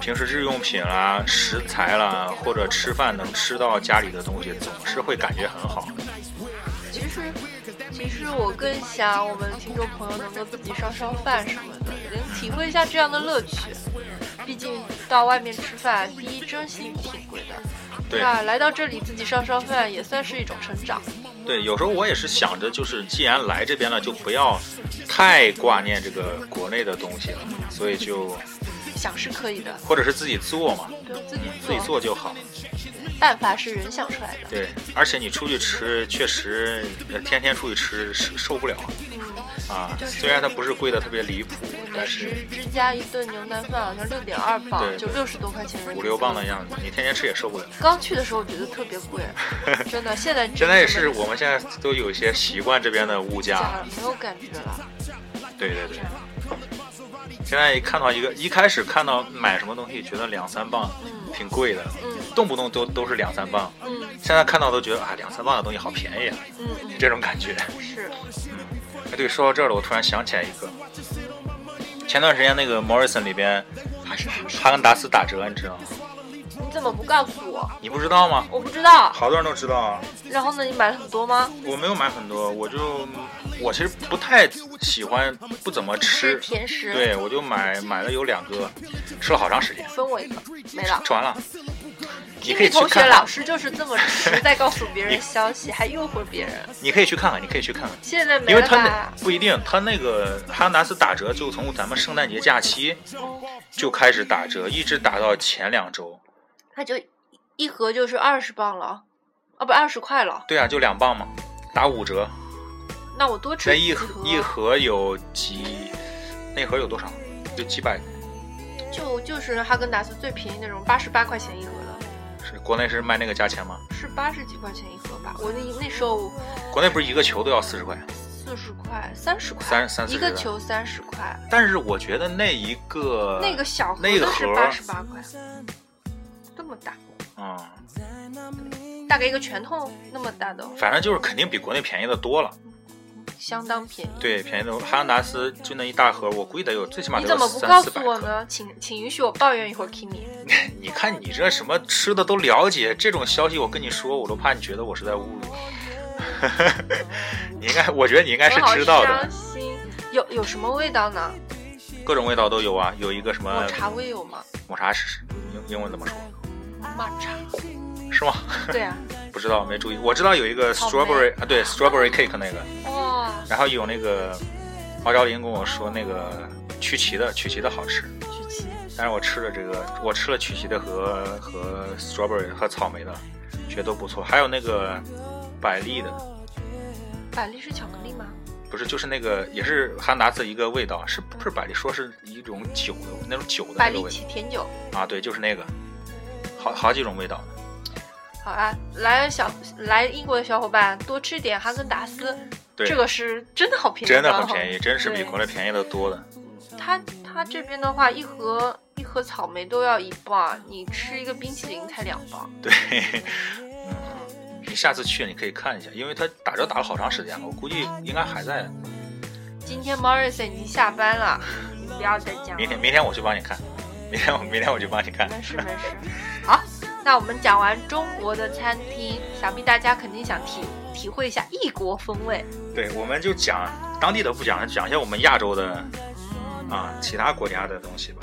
S2: 平时日用品啦、食材啦，或者吃饭能吃到家里的东西，总是会感觉很好。
S1: 其实，其实我更想我们听众朋友能够自己烧烧饭什么的，能体会一下这样的乐趣。毕竟到外面吃饭，第一真心挺贵的，
S2: 对啊
S1: 吧？来到这里自己烧烧饭也算是一种成长。
S2: 对，有时候我也是想着，就是既然来这边了，就不要太挂念这个国内的东西了，所以就
S1: 想是可以的，
S2: 或者是自己做嘛，
S1: 对，自
S2: 嗯
S1: 己，
S2: 自己做就好。
S1: 办法是人想出来的。
S2: 对，而且你出去吃，确实呃天天出去吃是受不了
S1: 嗯，
S2: 啊。
S1: 就是
S2: 虽然它不是贵的特别离谱，
S1: 美
S2: 但是
S1: 食之家一顿牛腩饭好像六点二磅
S2: 对，
S1: 就六十多块钱人民币
S2: 五六磅的样子，你天天吃也受不了。
S1: 刚去的时候觉得特别贵，真的。现在
S2: 现在也是，我啊们现在都有一些习惯这边的物价。
S1: 没有感觉了。
S2: 对对对，现在一看到一个，一开始看到买什么东西，觉得两三磅
S1: 嗯
S2: 挺贵的，
S1: 嗯
S2: 动不动都都是两三磅。
S1: 嗯
S2: 现在看到都觉得啊，两三磅的东西好便宜啊，
S1: 嗯
S2: 这种感觉。
S1: 嗯，是，
S2: 哎，对，说到这儿了，我突然想起来一个，前段时间那个 Morrison 里边，
S1: 他是什么
S2: 哈根达斯打折，你知道吗？
S1: 你怎么不告诉我？
S2: 你不知道吗？
S1: 我不知道。
S2: 好多人都知道啊，
S1: 然后呢，你买了很多吗？
S2: 我没有买很多，我就我其实不太喜欢，不怎么
S1: 是
S2: 吃，
S1: 甜食。，
S2: 对我就买买了有两个，吃了好长时间，
S1: 分我一个，没了。
S2: 吃完了。你
S1: 听
S2: 可以
S1: 力
S2: 去
S1: 同学
S2: 看
S1: 老
S2: 看，
S1: 师就是这么直，在告诉别人消 息，还诱惑别人。
S2: 你可以去看看，你可以去看看，
S1: 现在没
S2: 因为
S1: 了
S2: 他那
S1: 吧？
S2: 不一定，他那个哈根达斯打折就从咱们圣诞节假期
S1: 哦
S2: 就开始打折，一直打到前两周。
S1: 它就一盒就是二十磅了，啊不，二十块了。
S2: 对啊，就两磅嘛，打五折。
S1: 那我多吃
S2: 那
S1: 几
S2: 一盒
S1: 盒，
S2: 一盒有几？那盒有多少？就几百，
S1: 就就是哈根达斯最便宜那种，八十八块钱一盒的，
S2: 是国内是卖那个价钱吗？
S1: 是八十几块钱一盒吧？我那那时候
S2: 国内不是一个球都要四十块？
S1: 四十块，三十块，
S2: 三三四十
S1: 一个球三十块，
S2: 但是我觉得那一个
S1: 那个小盒
S2: 那个
S1: 的是
S2: 呃盒
S1: 八十八块，这么大，
S2: 嗯，
S1: 大概一个拳头那么大的，
S2: 反正就是肯定比国内便宜的多了。
S1: 相当便宜。
S2: 对，便宜的多哈根达斯就那一大盒，我估计得有最起码
S1: 你
S2: 得
S1: 怎
S2: 有
S1: 么不
S2: 三
S1: 告
S2: 四
S1: 诉
S2: 百
S1: 我
S2: 克。
S1: 呢？请请允许我抱怨一会儿，Kimi。
S2: 你看你这什么吃的都了解，这种消息我跟你说，我都怕你觉 得我是在侮辱你。你应该，我觉得你应该是
S1: 我好啊
S2: 知道的
S1: 伤。心。有有什么味道呢？
S2: 各种味道都有啊，有一个什么
S1: 抹茶味有吗？
S2: 抹茶是英英文怎么说？
S1: 抹茶。
S2: 是吗？
S1: 对 啊。
S2: 不知道，没注意。我知道有一个
S1: 草莓
S2: strawberry 啊，对 strawberry cake 那个，
S1: 哇，
S2: 然后有那个毛昭林跟我说那个曲奇的，曲奇的好吃，
S1: 曲奇。
S2: 但是我吃了这个，我吃了曲奇的和和 strawberry 和草莓的，觉得都不错。还有那个百丽的，
S1: 百丽是巧克力吗？
S2: 不是就是那个也是哈达斯一个味道，是不是百丽说是一种酒的那种酒的
S1: 百
S2: 那个
S1: 丽
S2: 呃味
S1: 奇甜酒。
S2: 道啊？对，就是那个，好好几种味道的。
S1: 好啊，来小来英国的小伙伴多吃点哈根达斯，
S2: 对
S1: 这个是真的好便宜，啊
S2: 真的很便宜，真是比
S1: 对
S2: 国内便宜的多的。
S1: 它它这边的话，一盒一盒草莓都要一磅，你吃一个冰淇淋才两磅。
S2: 对，嗯，你下次去你可以看一下，因为它打折打了好长时间了，我估计应该还在。
S1: 今天 Morrison 已经下班了，你不要再讲了。
S2: 明天，明天我去帮你看，明天我明天我去帮你看。
S1: 没事没事。好，那我们讲完中国的餐厅，想必大家肯定想体体会一下异国风味。
S2: 对，我们就讲当地的不讲，讲一下我们亚洲的啊其他国家的东西吧。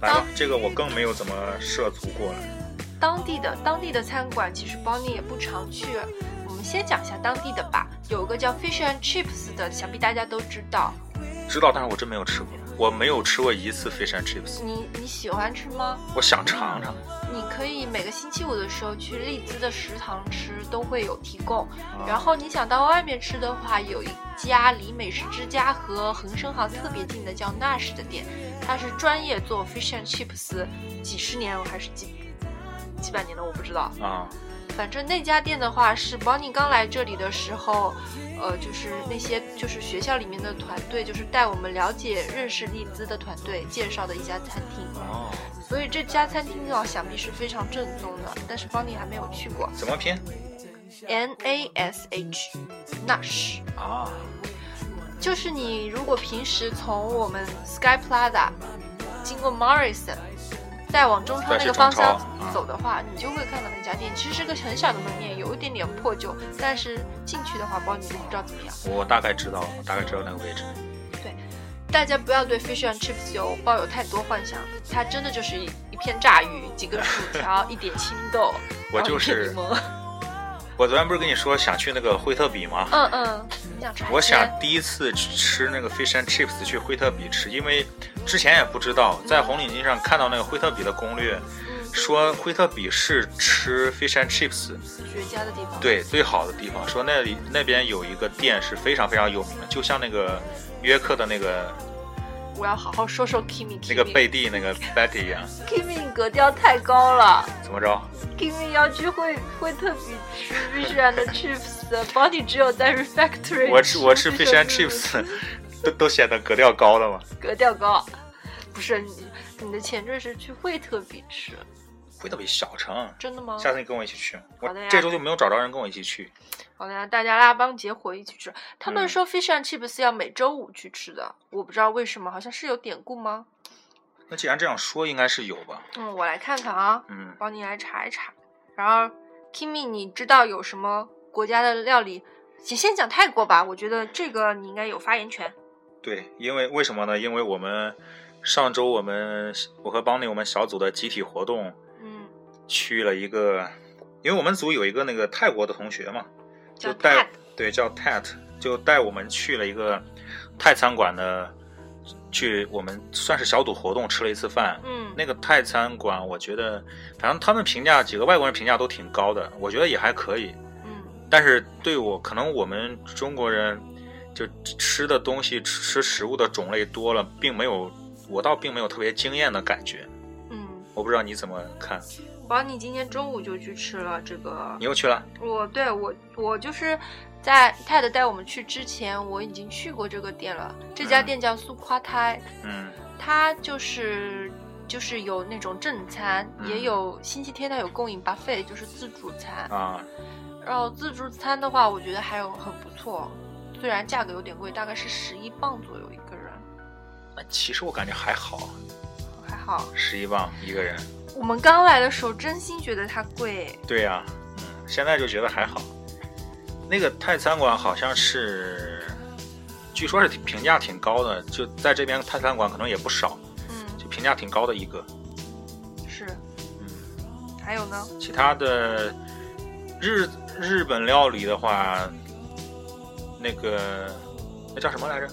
S2: 来吧
S1: 当，
S2: 这个我更没有怎么涉足过了。
S1: 当地的当地的餐馆其实 Bonnie 也不常去，我们先讲一下当地的吧。有个叫 Fish and Chips 的，想必大家都知道。
S2: 知道，但是我真没有吃过，我没有吃过一次 fish and chips，
S1: 你你喜欢吃吗？
S2: 我想尝尝。
S1: 你可以每个星期五的时候去利兹的食堂吃，都会有提供。
S2: 啊
S1: 然后你想到外面吃的话，有一家离美食之家和恒生行特别近的叫 Nash 的店，它是专业做 fish and chips，几十年还是几几百年的我不知道。
S2: 啊，
S1: 反正那家店的话是 Bonnie 刚来这里的时候，呃，就是那些就是学校里面的团队，就是带我们了解认识利兹的团队介绍的一家餐厅。
S2: 哦，
S1: 所以这家餐厅的话，想必是非常正宗的，但是 Bonnie 还没有去过。
S2: 怎么拼
S1: N A S H Nash。
S2: 啊？
S1: 就是你如果平时从我们 Sky Plaza 经过 Morrison，再往中超那个方向走的话，你就会看到那家店。其实是个很小的门面，有一点点破旧，但是进去的话，包你就不知道怎么样。
S2: 我大概知道，我大概知道那个位置。
S1: 大家不要对 Fish and Chips 有抱有太多幻想，它真的就是一一片炸鱼，几个薯条，一点青豆，
S2: 我
S1: 然后
S2: 就
S1: 一片
S2: 是
S1: 柠檬
S2: 我昨天不是跟你说想去那个惠特比吗？
S1: 嗯嗯，你想吃海鲜？
S2: 我想第一次吃那个 fish and chips 去惠特比吃，因为之前也不知道，在红领巾上看到那个惠特比的攻略，说惠特比是吃 fish and chips
S1: 绝佳嗯的地方。
S2: 对最好的地方，说那里那边有一个店是非常非常有名的，就像那个约克的那个
S1: 我要好好说说 Kimi，
S2: 那个贝蒂那个 Betty 一样，
S1: Kimi 格调太高了。
S2: 怎么着？
S1: Kimi 要去会会特比吃 Fish and Chips 的，Bonnie 只有在 Refactory
S2: 我吃我吃
S1: Fish
S2: fish and
S1: Chips
S2: chips， 都都显得格调高了嘛。
S1: 格调高，不是你你的前缀是去惠特比吃，
S2: 惠特比小城，
S1: 真的吗？
S2: 下次你跟我一起去。我
S1: 好的呀
S2: 这周就没有找着人跟我一起去。
S1: 好的呀，大家拉帮结伙一起吃。他们
S2: 嗯
S1: 说 fish and chips 要每周五去吃的，我不知道为什么，好像是有典故吗？
S2: 那既然这样说，应该是有吧？
S1: 嗯，我来看看啊，
S2: 嗯，
S1: 帮你来查一查。然后 Kimi，你知道有什么国家的料理？先先讲泰国吧，我觉得这个你应该有发言权。
S2: 对，因为为什么呢？因为我们上周我们我和邦尼我们小组的集体活动
S1: 嗯，
S2: 去了一个，因为我们组有一个那个泰国的同学嘛，
S1: 叫
S2: 就带
S1: Tat
S2: 对叫 Tat，就带我们去了一个泰餐馆的，去我们算是小组活动吃了一次饭。
S1: 嗯，
S2: 那个泰餐馆，我觉得反正他们评价几个外国人评价都挺高的，我觉得也还可以。
S1: 嗯
S2: 但是对我，可能我们中国人就吃的东西、吃食物的种类多了，并没有，我倒并没有特别惊艳的感觉。
S1: 嗯，
S2: 我不知道你怎么看，
S1: 宝你今天中午就去吃了这个
S2: 你，又去了？
S1: 我对我我就是在 Ted 带我们去之前，我已经去过这个店了。这家
S2: 嗯
S1: 店叫苏夸泰，
S2: 嗯
S1: 它就是就是有那种正餐，也
S2: 嗯
S1: 有星期天它有供应 buffet，就是自助餐。
S2: 啊，
S1: 然后自助餐的话，我觉得还有很不错，虽然价格有点贵，大概是十一磅左右一个人，
S2: 那其实我感觉还好，
S1: 还好。
S2: 十一磅一个人。
S1: 我们刚来的时候，真心觉得它贵，
S2: 对呀、嗯，现在就觉得还好。那个泰餐馆好像是，据说是挺评价挺高的，就在这边泰餐馆可能也不少，
S1: 嗯，
S2: 就评价挺高的一个。
S1: 是。
S2: 嗯。
S1: 还有呢，
S2: 其他的日日本料理的话，那个那叫什么来着？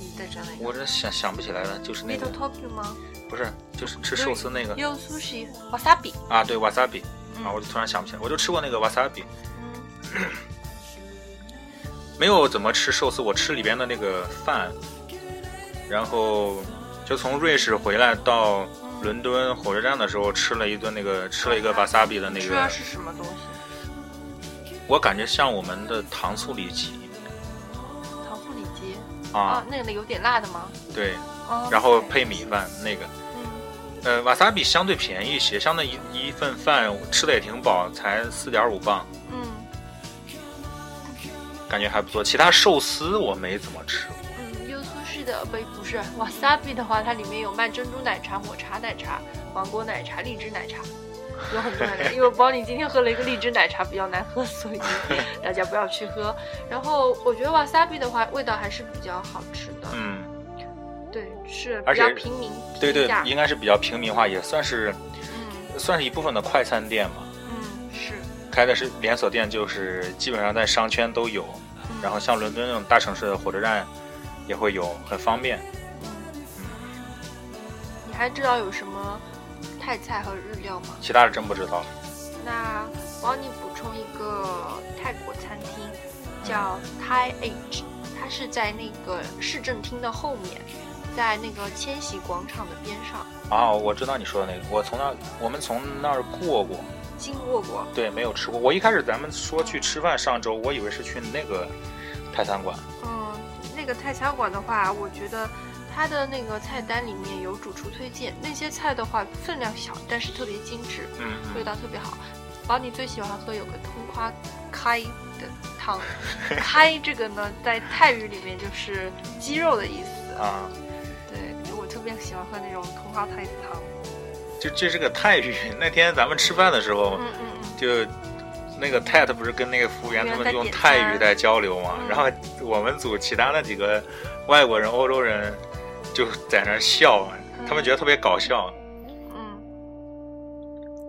S1: 你在讲哪个
S2: 我这想想不起来了，就是那个
S1: ？Little Tokyo 吗
S2: 不是，就是吃寿司那个
S1: ？You Sushi Wasabi。
S2: 啊，对，wasabi
S1: 嗯
S2: 啊，我就突然想不起来，我就吃过那个 wasabi，
S1: 嗯
S2: 没有怎么吃寿司，我吃里边的那个饭，然后就从瑞士回来到
S1: 嗯
S2: 伦敦火车站的时候吃了一顿那个吃了一个 wasabi 的那
S1: 吃啊的
S2: 个，
S1: 是什么东西？
S2: 我感觉像我们的糖醋里脊
S1: 糖醋里脊哦
S2: 啊，，
S1: 那个有点辣的吗？
S2: 对，
S1: 哦
S2: 然后配米饭那个。
S1: 嗯
S2: 呃，瓦萨比相对便宜一些，相当于一份饭吃的也挺饱，才四点五磅，
S1: 嗯
S2: 感觉还不错。其他寿司我没怎么吃过，
S1: 嗯，You Sushi 的不不是 Wasabi 的话，它里面有卖珍珠奶茶、抹茶奶茶、芒果奶茶、荔枝奶茶。有很多奶茶，因为我帮你今天喝了一个荔枝奶茶，比较难喝， 所以大家不要去喝。然后我觉得 wasabi 的话，味道还是比较好吃的，
S2: 嗯，
S1: 对，是
S2: 而
S1: 比
S2: 且
S1: 较平民，
S2: 对对
S1: 平价，
S2: 应该是比较平民化，也算是
S1: 嗯
S2: 算是一部分的快餐店嘛。
S1: 嗯是，
S2: 开的是连锁店，就是基本上在商圈都有，
S1: 嗯
S2: 然后像伦敦那种大城市的火车站也会有，很方便。
S1: 嗯
S2: 嗯，
S1: 你还知道有什么泰菜和日料吗？
S2: 其他的真不知道了。
S1: 那我帮你补充一个泰国餐厅，叫 Thai Age，它是在那个市政厅的后面，在那个千禧广场的边上
S2: 啊，我知道你说的那个，我从那儿我们从那儿过过，
S1: 经过过。
S2: 对，没有吃过。我一开始咱们说去吃饭，上周我以为是去那个泰餐馆。
S1: 嗯，那个泰餐馆的话，我觉得它的那个菜单里面有主厨推荐，那些菜的话分量小，但是特别精致，
S2: 嗯
S1: 味道特别好。宝你最喜欢喝有个通花开的汤，开这个呢，在泰语里面就是鸡肉的意思。
S2: 啊，
S1: 对，我特别喜欢喝那种通花太子汤。
S2: 就这是个泰语。那天咱们吃饭的时候，
S1: 嗯嗯嗯，
S2: 就那个泰特不是跟那个服务员
S1: 服务
S2: 他
S1: 员
S2: 们用
S1: 在点
S2: 泰
S1: 餐
S2: 语在交流嘛，
S1: 嗯
S2: 然后我们组其他的几个外国人、欧洲人就在那儿笑，他们觉得特别搞笑。
S1: 嗯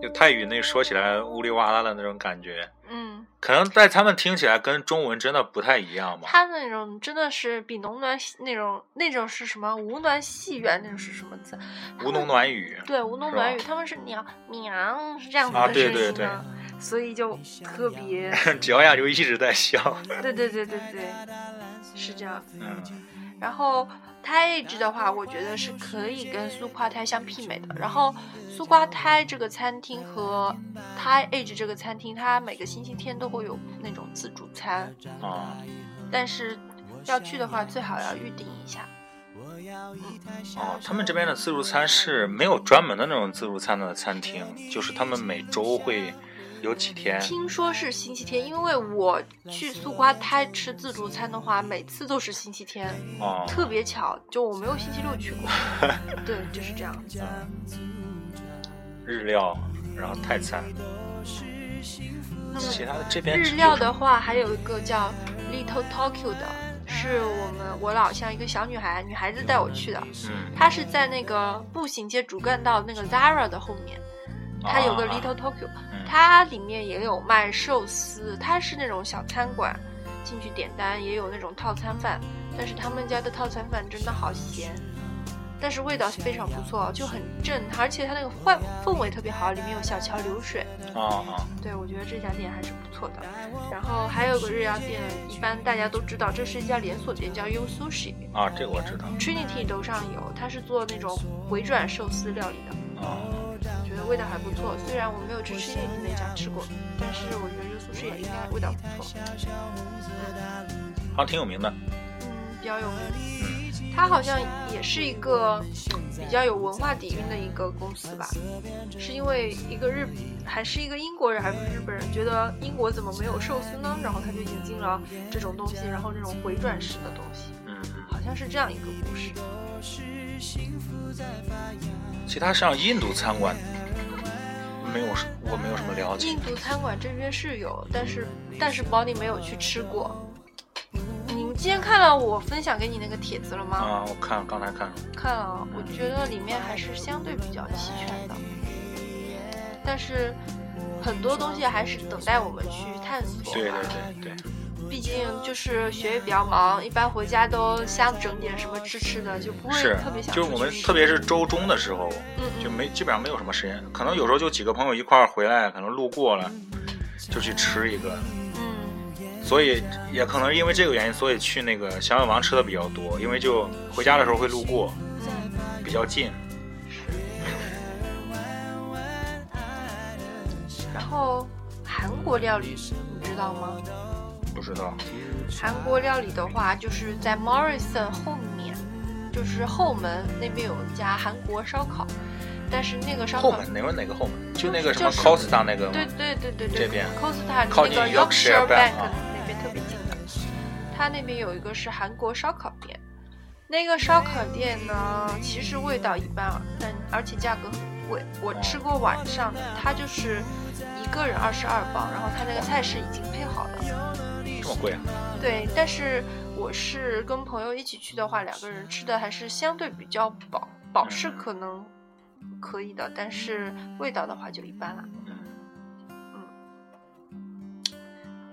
S2: 就泰语那说起来乌里哇啦的那种感觉，
S1: 嗯，
S2: 可能在他们听起来跟中文真的不太一样吧。
S1: 他那种真的是比浓暖细那种那种是什么吴暖细软那种是什么字？
S2: 吴侬软语，
S1: 对，吴侬
S2: 是
S1: 软
S2: 吧
S1: 语，他们是喵喵是这样子
S2: 啊
S1: 的声
S2: 对
S1: 音
S2: 对
S1: 呢，
S2: 对
S1: 所以就特 别，
S2: 脚丫就一直在笑。
S1: 对对对对对，是这样。
S2: 嗯
S1: 然后胎制的话，我觉得是可以跟苏夸胎相媲美的。然后苏夸胎这个餐厅和胎 age 这个
S2: 哦
S1: 餐厅，它每个星期天都会有那种自助餐，
S2: 啊，
S1: 但是要去的话最好要预定一下。
S2: 哦，他们这边的自助餐是没有专门的那种自助餐的餐厅，就是他们每周会有几天。
S1: 听说是星期天，因为我去苏花台吃自助餐的话，每次都是星期天，
S2: 哦，
S1: 特别巧，就我没有星期六去过。对，就是这样。
S2: 日料，然后泰餐，
S1: 那么
S2: 其他的这边
S1: 日料的话，还有一个叫 Little Tokyo 的，是我们我老乡一个小女孩，女孩子带我去的。
S2: 就是，嗯，
S1: 她是在那个步行街主干道那个 Zara 的后面，它有个
S2: 啊
S1: Little Tokyo，、
S2: 嗯
S1: 它里面也有卖寿司，它是那种小餐馆，进去点单也有那种套餐饭，但是他们家的套餐饭真的好咸。但是味道非常不错，就很正，而且它那个氛氛围特别好，里面有小桥流水，
S2: 啊啊，
S1: 对，我觉得这家店还是不错的。然后还有个日料店，一般大家都知道，这是一家连锁店，叫 U Sushi。
S2: 啊，这个我知道。
S1: Trinity 楼上有，它是做那种回转寿司料理的，
S2: 啊，
S1: 觉得味道还不错。虽然我没有去 Trinity 那家吃过，但是我觉得 U Sushi 也应该味道不错，
S2: 好像挺有名的。
S1: 嗯，比较有名。它好像也是一个比较有文化底蕴的一个公司吧，是因为一个日还是一个英国人还是日本人，觉得英国怎么没有寿司呢？然后他就引进了这种东西，然后那种回转式的东西，
S2: 嗯，
S1: 好像是这样一个故事。
S2: 其他像印度餐馆，没有什我没有什么了解
S1: 印。度餐馆这边是有，但是但是保你没有去吃过。你今天看了我分享给你那个帖子了吗？
S2: 啊，我看刚才看了，
S1: 看了，我觉得里面还是相对比较齐全的，但是很多东西还是等待我们去探索。
S2: 对对对对，
S1: 毕竟就是学业比较忙，一般回家都瞎整点什么吃吃的，就不会
S2: 是
S1: 特别，想出去吃。
S2: 就是我们特别是周中的时候，
S1: 嗯
S2: 就
S1: 嗯
S2: 没基本上没有什么时间，可能有时候就几个朋友一块儿回来，可能路过了就去吃一个，
S1: 嗯
S2: 所以也可能因为这个原因，所以去那个小小王吃的比较多，因为就回家的时候会路过，
S1: 嗯，
S2: 比较近。
S1: 然后韩国料理你知道吗？
S2: 不知道
S1: 韩国料理的话，就是在 Morrison 后面，就是后门那边有一家韩国烧烤，但是那个烧
S2: 后
S1: 烤，
S2: 门哪个哪个后门，就那个什么
S1: 就是
S2: Costa 那个吗
S1: 对对对对对，
S2: 这边
S1: Costa
S2: 靠
S1: 那
S2: 近
S1: 个
S2: Yorkshire
S1: Yorkshire Bank
S2: Bank 啊
S1: 那边特别近的，它那边有一个是韩国烧烤店，那个烧烤店呢，其实味道一般，但而且价格很贵。我吃过晚上的，它就是一个人二十二磅，然后它那个菜是已经配好的。
S2: 这么贵啊？
S1: 对，但是我是跟朋友一起去的话，两个人吃的还是相对比较饱，饱是可能可以的，但是味道的话就一般啦。
S2: 嗯，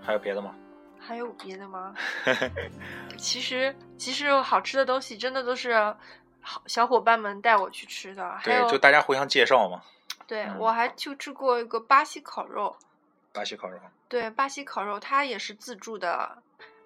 S2: 还有别的吗？
S1: 还有别的 吗？其实其实好吃的东西真的都是好小伙伴们带我去吃的，还
S2: 对，
S1: 有
S2: 就大家互相介绍嘛。
S1: 对
S2: 嗯
S1: 我还去吃过一个巴西烤肉，
S2: 巴西烤肉，
S1: 对，巴西烤肉它也是自助的，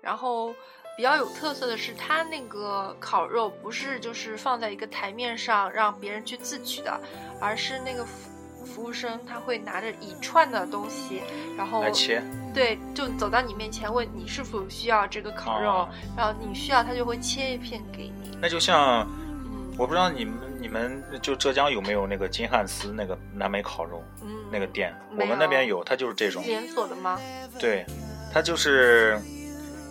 S1: 然后比较有特色的是，它那个烤肉不是就是放在一个台面上让别人去自取的，而是那个服服务生他会拿着一串的东西，然后
S2: 来切。
S1: 对，就走到你面前问你是否需要这个烤肉，
S2: 哦
S1: 然后你需要他就会切一片给你。
S2: 那就像
S1: 嗯
S2: 我不知道你们你们就浙江有没有那个金汉斯那个南美烤肉
S1: 嗯，
S2: 那个店？
S1: 没有
S2: 我们那边有，它就是这种。
S1: 连锁的吗？
S2: 对，它就是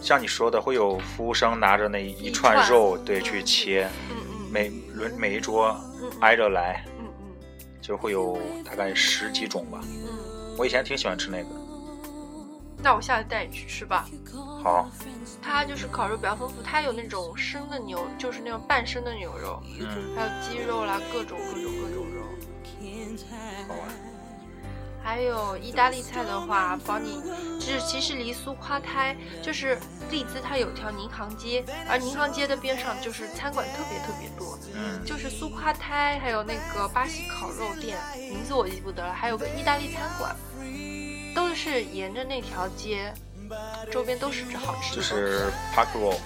S2: 像你说的，会有服务生拿着那一
S1: 一
S2: 串
S1: 串
S2: 肉，对，去切，
S1: 嗯嗯，
S2: 每轮每一桌
S1: 嗯
S2: 挨着来，
S1: 嗯嗯
S2: 就会有大概十几种吧。
S1: 嗯，
S2: 我以前挺喜欢吃那个。
S1: 那我下次带你去吃吧。
S2: 好，
S1: 它就是烤肉比较丰富，它有那种生的牛，就是那种半生的牛肉，
S2: 嗯，
S1: 还有鸡肉啦，各种各种各种肉。
S2: 好玩。
S1: 还有意大利菜的话，保你就是其实离苏夸台就是利兹，它有条宁杭街，而宁杭街的边上就是餐馆特别特别多，
S2: 嗯，
S1: 就是苏夸台，还有那个巴西烤肉店，名字我记不得了，还有个意大利餐馆，都是沿着那条街，周边都是这好吃的。
S2: 就是 Park Roll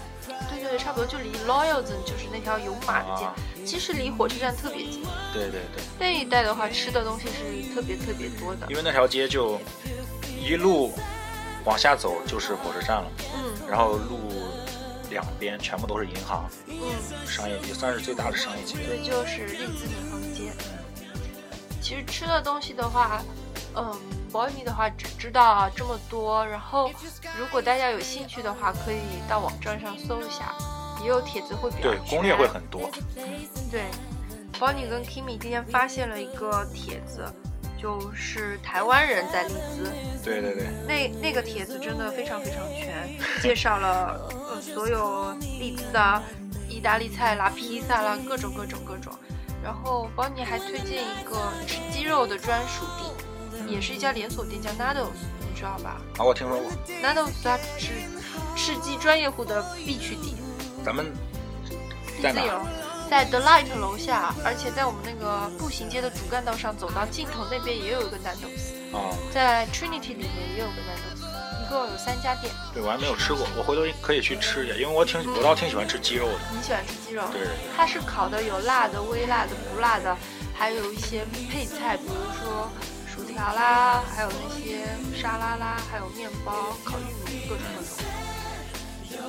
S1: 对对对，差不多就离 Loyalton 就是那条有马的街，
S2: 啊，
S1: 其实离火车站特别近。
S2: 对对对。
S1: 那一带的话，吃的东西是特别特别多的。
S2: 因为那条街就一路往下走就是火车站了，
S1: 嗯
S2: 然后路两边全部都是银行，
S1: 嗯，
S2: 商业街算是最大的商业街。
S1: 对，就是利兹银行街。其实吃的东西的话，嗯，保密的话只知道啊这么多。然后，如果大家有兴趣的话，可以到网站上搜一下，也有帖子会比较
S2: 对，攻略会很多。
S1: 对。Bonnie 跟 Kimi 今天发现了一个帖子，就是台湾人在利兹，
S2: 对对对，
S1: 那那个帖子真的非常非常全，介绍了呃所有利兹的意大利菜啦、披萨啦，各种各种各种。然后邦尼还推荐一个吃鸡肉的专属店，也是一家连锁店，叫 Nados，你知道吧
S2: 啊，我听说过。
S1: ？Nados 它是吃鸡专业户的必去地，
S2: 咱们
S1: 利
S2: 在
S1: 兹
S2: 哪
S1: 有，在 The Light 楼下，而且在我们那个步行街的主干道上，走到尽头那边也有一个 Nados，
S2: 啊？
S1: 在 Trinity 里面也有个 Nados，一共有三家店。
S2: 对，我还没有吃过，我回头可以去吃一下，因为我挺我倒挺喜欢吃鸡肉的。
S1: 你喜欢吃鸡肉？
S2: 对，
S1: 它是烤的，有辣的、微辣的、不辣的，还有一些配菜，比如说薯条啦，还有那些沙拉啦，还有面包、烤玉米，各种各种。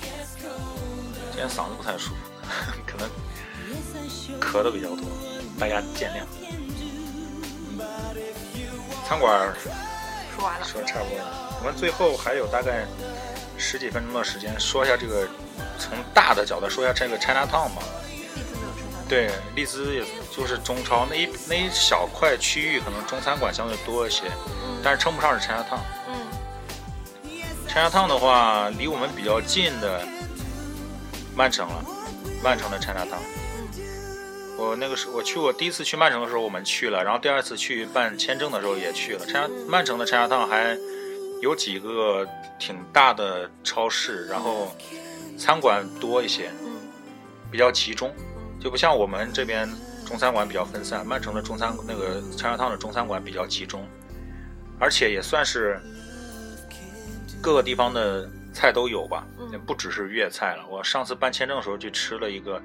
S2: 今天嗓子不太舒服， 可能咳的比较多，大家见谅。餐馆儿
S1: 说完了，
S2: 说得差不多了，我们最后还有大概十几分钟的时间，说一下这个从大的角度说一下这个 China Town 吧。
S1: 栗子没有吃到。
S2: 对，利兹也就是中超那一那一小块区域，可能中餐馆相对多一些，
S1: 嗯
S2: 但是称不上是 China Town。
S1: 嗯
S2: China Town 的话，离我们比较近的曼城了，曼城的 China Town。
S1: 嗯
S2: 我那个时候我去过，第一次去曼城的时候我们去了，然后第二次去办签证的时候也去了。China 曼城的 China Town 还有几个挺大的超市，然后餐馆多一些，
S1: 嗯
S2: 比较集中，就不像我们这边中餐馆比较分散，曼城的中餐那个 China Town 的中餐馆比较集中，而且也算是各个地方的菜都有吧，
S1: 嗯
S2: 也不只是粤菜了。我上次办签证的时候去吃了一个，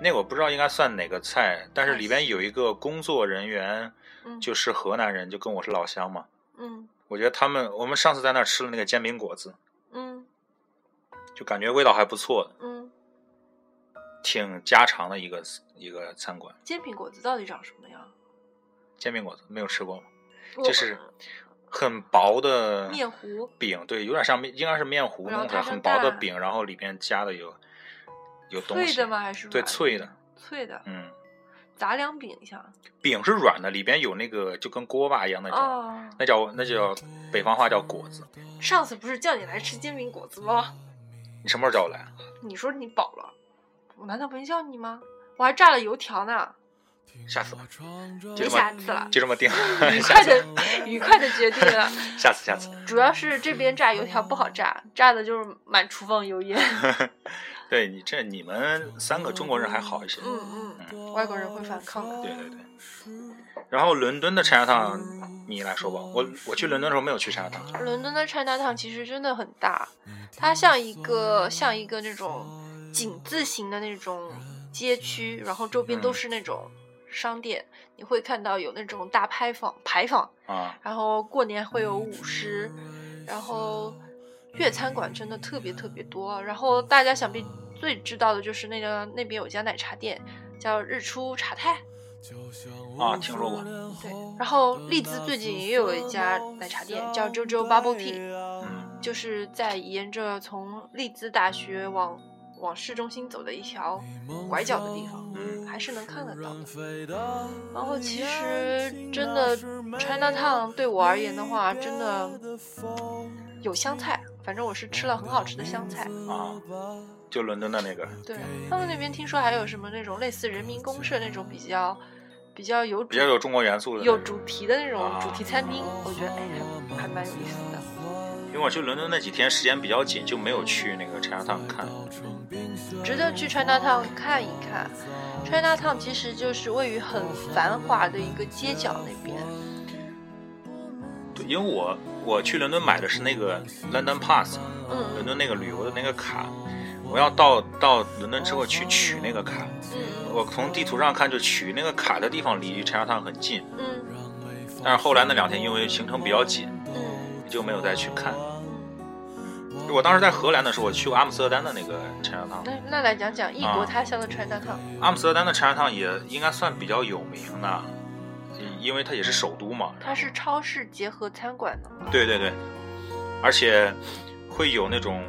S2: 那个我不知道应该算哪个菜，但是里边有一个工作人员
S1: 嗯，
S2: 就是河南人，就跟我是老乡嘛。
S1: 嗯
S2: 我觉得他们，我们上次在那儿吃了那个煎饼果子，
S1: 嗯
S2: 就感觉味道还不错的，
S1: 嗯，
S2: 挺家常的一个一个餐馆。
S1: 煎饼果子到底长什么样？
S2: 煎饼果子没有吃过吗？
S1: 我
S2: 就是很薄的
S1: 面糊。
S2: 饼，对，有点像面，应该是面糊
S1: 然后
S2: 弄出来，
S1: 它是
S2: 很薄的
S1: 蛋
S2: 饼，然后里边加的有有东
S1: 脆
S2: 西
S1: 的吗？还是
S2: 对，
S1: 软的
S2: 脆的，
S1: 脆的
S2: 嗯，
S1: 杂粮饼像
S2: 饼是软的，里边有那个就跟锅巴一样那种，
S1: 哦，
S2: 那叫那叫北方话叫果子。
S1: 上次不是叫你来吃煎饼果子吗？
S2: 你什么时候叫我来？啊
S1: 你说你饱了，我难道没叫你吗？我还炸了油条呢，
S2: 下次吧，就
S1: 没
S2: 这么
S1: 下次了，
S2: 就这么定，
S1: 愉
S2: 下
S1: 快
S2: 次
S1: 的愉快的决定了。
S2: 下次下次。
S1: 主要是这边炸油条不好炸，炸的就是满厨房油烟。
S2: 对你这你们三个中国人还好一些，
S1: 嗯嗯，外国人会反抗的。
S2: 对对对。然后伦敦的 China Town，你来说吧，我我去伦敦的时候没有去 China Town，
S1: 伦敦的 China Town 其实真的很大，它像一个像一个那种井字形的那种街区，然后周边都
S2: 嗯
S1: 是那种商店，你会看到有那种大牌坊牌坊，
S2: 啊，
S1: 然后过年会有舞狮，然后粤餐馆真的特别特别多。然后大家想必最知道的就是那个那边有一家奶茶店叫日出茶太，
S2: 啊，听说过，
S1: 对。然后利兹最近也有一家奶茶店叫 JoJo Bubble Tea，
S2: 嗯。
S1: 就是在沿着从利兹大学往往市中心走的一条拐角的地方，
S2: 嗯
S1: 还是能看得到的。然后其实真的 China Town 对我而言的话，真的呃有香菜，反正我是吃了很好吃的香菜。
S2: 啊，就伦敦的那个，
S1: 对啊他们那边听说还有什么那种类似人民公社那种比较比较有主
S2: 比较有中国元素的那
S1: 有
S2: 种
S1: 主题的那种
S2: 啊
S1: 主题餐厅，我觉得哎还还蛮有意思的。
S2: 因为我去伦敦那几天时间比较紧，就没有去那个 China Town 看。
S1: 值得去 China Town 看一看。China Town 其实就是位于很繁华的一个街角那边，
S2: 对，因为我我去伦敦买的是那个 London Pass，伦
S1: 嗯
S2: 敦那个旅游的那个卡，我要到到伦敦之后去取那个卡。
S1: 嗯
S2: 我从地图上看，就取那个卡的地方离 China Town 很近，
S1: 嗯
S2: 但是后来那两天因为行程比较紧，
S1: 嗯
S2: 就没有再去看。
S1: 嗯，
S2: 我当时在荷兰的时候，我去过阿姆斯特丹的那个 China Town，
S1: 那那来讲讲异国
S2: 啊
S1: 他乡的 China Town，
S2: 阿姆斯特丹的 China Town 也应该算比较有名的，因为它也是首都嘛。
S1: 它是超市结合餐馆的吗？
S2: 对对对，而且会有那种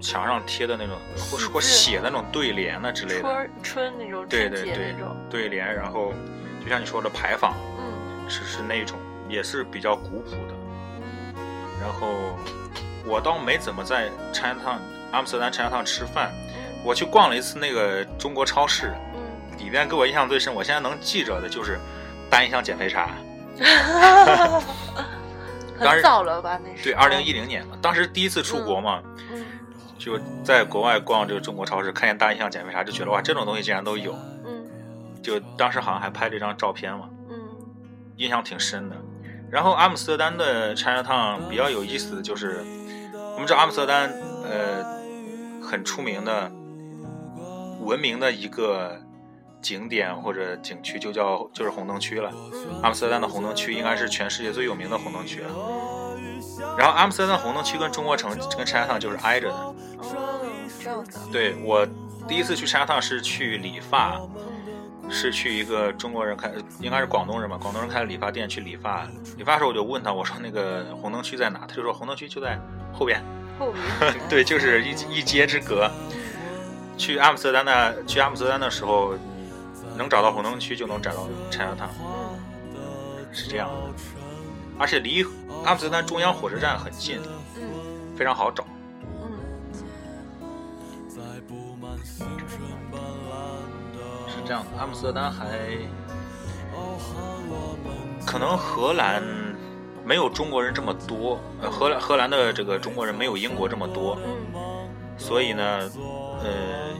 S2: 墙上贴的那种或
S1: 喜字
S2: 或写的那种对联呐之类
S1: 春
S2: 的，
S1: 儿春那种
S2: 对
S1: 春
S2: 对
S1: 节
S2: 对
S1: 那种，
S2: 对联，然后就像你说的牌坊
S1: 嗯，
S2: 是是那种，也是比较古朴的。然后我倒没怎么在 China Town 阿姆斯特丹 China Town 吃饭，
S1: 嗯
S2: 我去逛了一次那个中国超市，
S1: 嗯，
S2: 里边给我印象最深，我现在能记着的就是单一箱减肥茶。当
S1: 很
S2: 时
S1: 早了吧？那是
S2: 对，二零一零年嘛，当时第一次出国嘛，
S1: 嗯
S2: 就在国外逛这个中国超市，看见单一箱减肥茶，就觉得哇，这种东西竟然都有。
S1: 嗯
S2: 就当时好像还拍了一张照片嘛，
S1: 嗯
S2: 印象挺深的。然后阿姆斯特丹的 China Town 比较有意思的就是，我们知道阿姆斯特丹呃很出名的、闻名的一个景点或者景区就叫就是红灯区了。
S1: 嗯
S2: 阿姆斯特丹的红灯区应该是全世界最有名的红灯区了。啊然后阿姆斯特丹红灯区跟中国城跟 China Town 就是挨着的。
S1: 哦，这样子啊，
S2: 对我第一次去 China Town 是去理发，
S1: 嗯
S2: 是去一个中国人开，应该是广东人吧，广东人开的理发店去理发。理发的时候我就问他，我说那个红灯区在哪？他就说红灯区就在后边。
S1: 后 面嗯
S2: 对，就是一一街之隔。去阿姆斯特丹的去阿姆斯特丹的时候，你能找到红灯区就能找到 China Town，
S1: 嗯
S2: 是这样的。而且离阿姆斯特丹中央火车站很近，
S1: 嗯
S2: 非常好找。
S1: 嗯
S2: 是这样的，阿姆斯特丹还可能荷兰没有中国人这么多，呃，荷兰荷兰的这个中国人没有英国这么多，
S1: 嗯
S2: 所以呢，呃，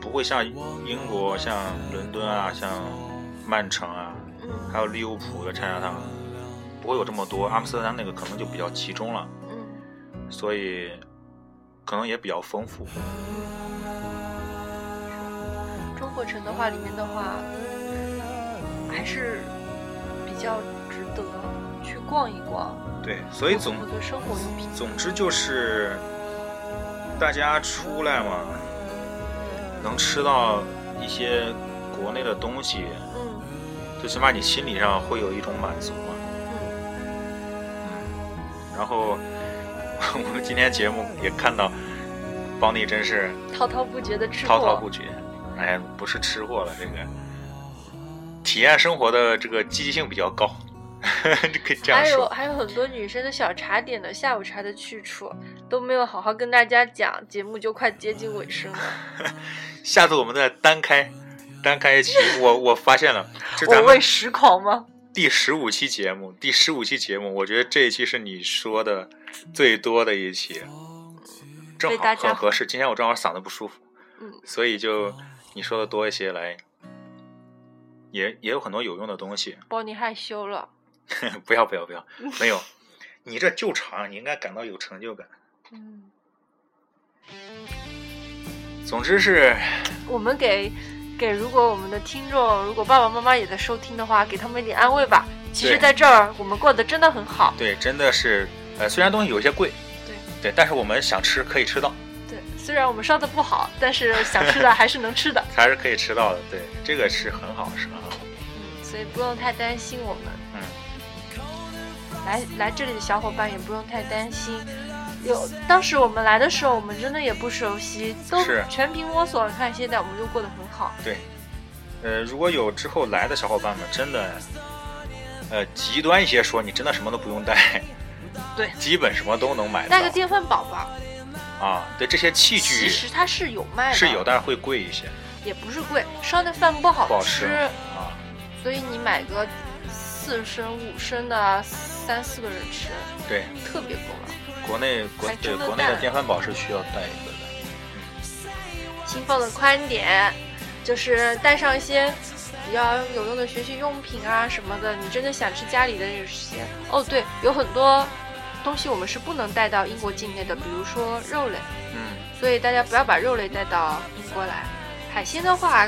S2: 不会像英国、像伦敦啊、像曼城啊，
S1: 嗯
S2: 还有利物浦的 China Town 不会有这么多，阿姆斯特丹那个可能就比较集中了，
S1: 嗯，
S2: 所以可能也比较丰富。
S1: 中国城的话，里面的话还是比较值得去逛一逛，
S2: 对，所以总
S1: 我的生活用品。
S2: 总之就是，大家出来嘛，能吃到一些国内的东西，
S1: 嗯
S2: 最起码你心理上会有一种满足嘛。
S1: 嗯
S2: 然后 我们今天节目也看到，邦尼真是
S1: 滔滔不绝的吃货，
S2: 滔滔不绝，哎，不是吃货了，这个体验生活的这个积极性比较高， 你可以这样
S1: 还有
S2: 说。
S1: 还有很多女生的小茶点的下午茶的去处都没有好好跟大家讲，节目就快接近尾声了。
S2: 下次我们再单开，单开一期，我我发现了，这咱
S1: 我
S2: 们
S1: 为食狂吗？
S2: 第十五期节目，第十五期节目，我觉得这一期是你说的最多的一期，正
S1: 被大
S2: 好
S1: 家
S2: 很合适。今天我正好嗓子不舒服，
S1: 嗯
S2: 所以就你说的多一些来，也也有很多有用的东西。
S1: 包你害羞了，
S2: 不要不要不 要，没有，你这救场，你应该感到有成就感。
S1: 嗯，
S2: 总之是
S1: 我们给给如果我们的听众，如果爸爸妈妈也在收听的话，给他们一点安慰吧。其实，
S2: 对
S1: 在这儿我们过得真的很好，
S2: 对，真的是，呃，虽然东西有些贵，
S1: 对
S2: 对，但是我们想吃可以吃到，
S1: 对，虽然我们烧的不好，但是想吃的还是能吃的，
S2: 还是可以吃到的，对，这个是很好，是很好。
S1: 嗯，所以不用太担心我们。
S2: 嗯，
S1: 来来这里的小伙伴也不用太担心。有当时我们来的时候，我们真的也不熟悉，都
S2: 是
S1: 全凭摸索。看现在我们就过得很好。
S2: 对，呃，如果有之后来的小伙伴们，真的，呃，极端一些说，你真的什么都不用带，
S1: 对
S2: 基本什么都能买
S1: 带个
S2: 到
S1: 电饭煲吧，
S2: 啊。对，这些器
S1: 其
S2: 具
S1: 实它是有卖的，
S2: 是有，，但是会贵一些
S1: 也不是贵，烧的饭不好
S2: 不好吃啊。
S1: 所以你买个四升五升的，三四个人吃，
S2: 对，
S1: 特别够了。
S2: 国内国
S1: 还
S2: 对
S1: 真的
S2: 国内的
S1: 带
S2: 电饭煲是需要带一个的，
S1: 心放的宽点，就是带上一些比较有用的学习用品啊什么的。你真的想吃家里的这些哦，对，有很多东西我们是不能带到英国境内的，比如说肉类，
S2: 嗯，
S1: 所以大家不要把肉类带到英国来。海鲜的话，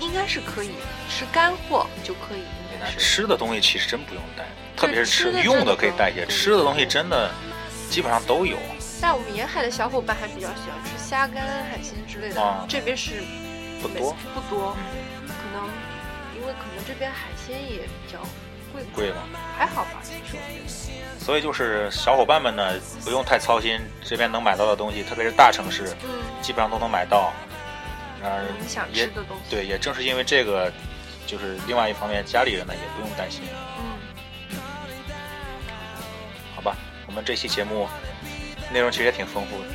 S1: 应该是可以吃干货就可以，应该
S2: 但
S1: 是。
S2: 吃的东西其实真不用带，特别是
S1: 吃的
S2: 吃
S1: 真
S2: 用
S1: 的
S2: 的可以
S1: 不
S2: 带一
S1: 用
S2: 些，
S1: 对
S2: 吃的东西真的基本上都有。
S1: 在我们沿海的小伙伴还比较喜欢吃虾干、海鲜之类的，
S2: 啊
S1: 这边是
S2: 不多，嗯
S1: 不多，可能因为可能这边海鲜也比较贵，
S2: 贵吗？
S1: 还好吧，其实我觉
S2: 所以就是小伙伴们呢，不用太操心这边能买到的东西，特别是大城市，
S1: 得，嗯，
S2: 基本上都能买到。呃，
S1: 你想
S2: 也
S1: 吃的东西，
S2: 对，也正是因为这个，就是另外一方面，家里人呢也不用担心，
S1: 嗯，
S2: 好吧？我们这期节目内容其实也挺丰富的，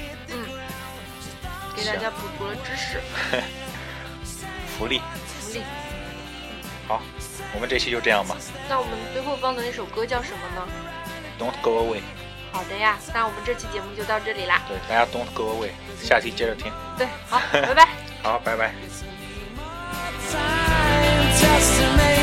S1: 给大家补足了知识
S2: 福利。
S1: 福利。
S2: 好，我们这期就这样吧。
S1: 那我们最后放的那首歌叫什么呢？
S2: Don't go away，
S1: 好的呀，那我们这期节目就到这里啦。
S2: 对，大家 Don't go away，下期接着听。
S1: 对， 好，拜拜。
S2: 好，拜拜。
S3: time, destination.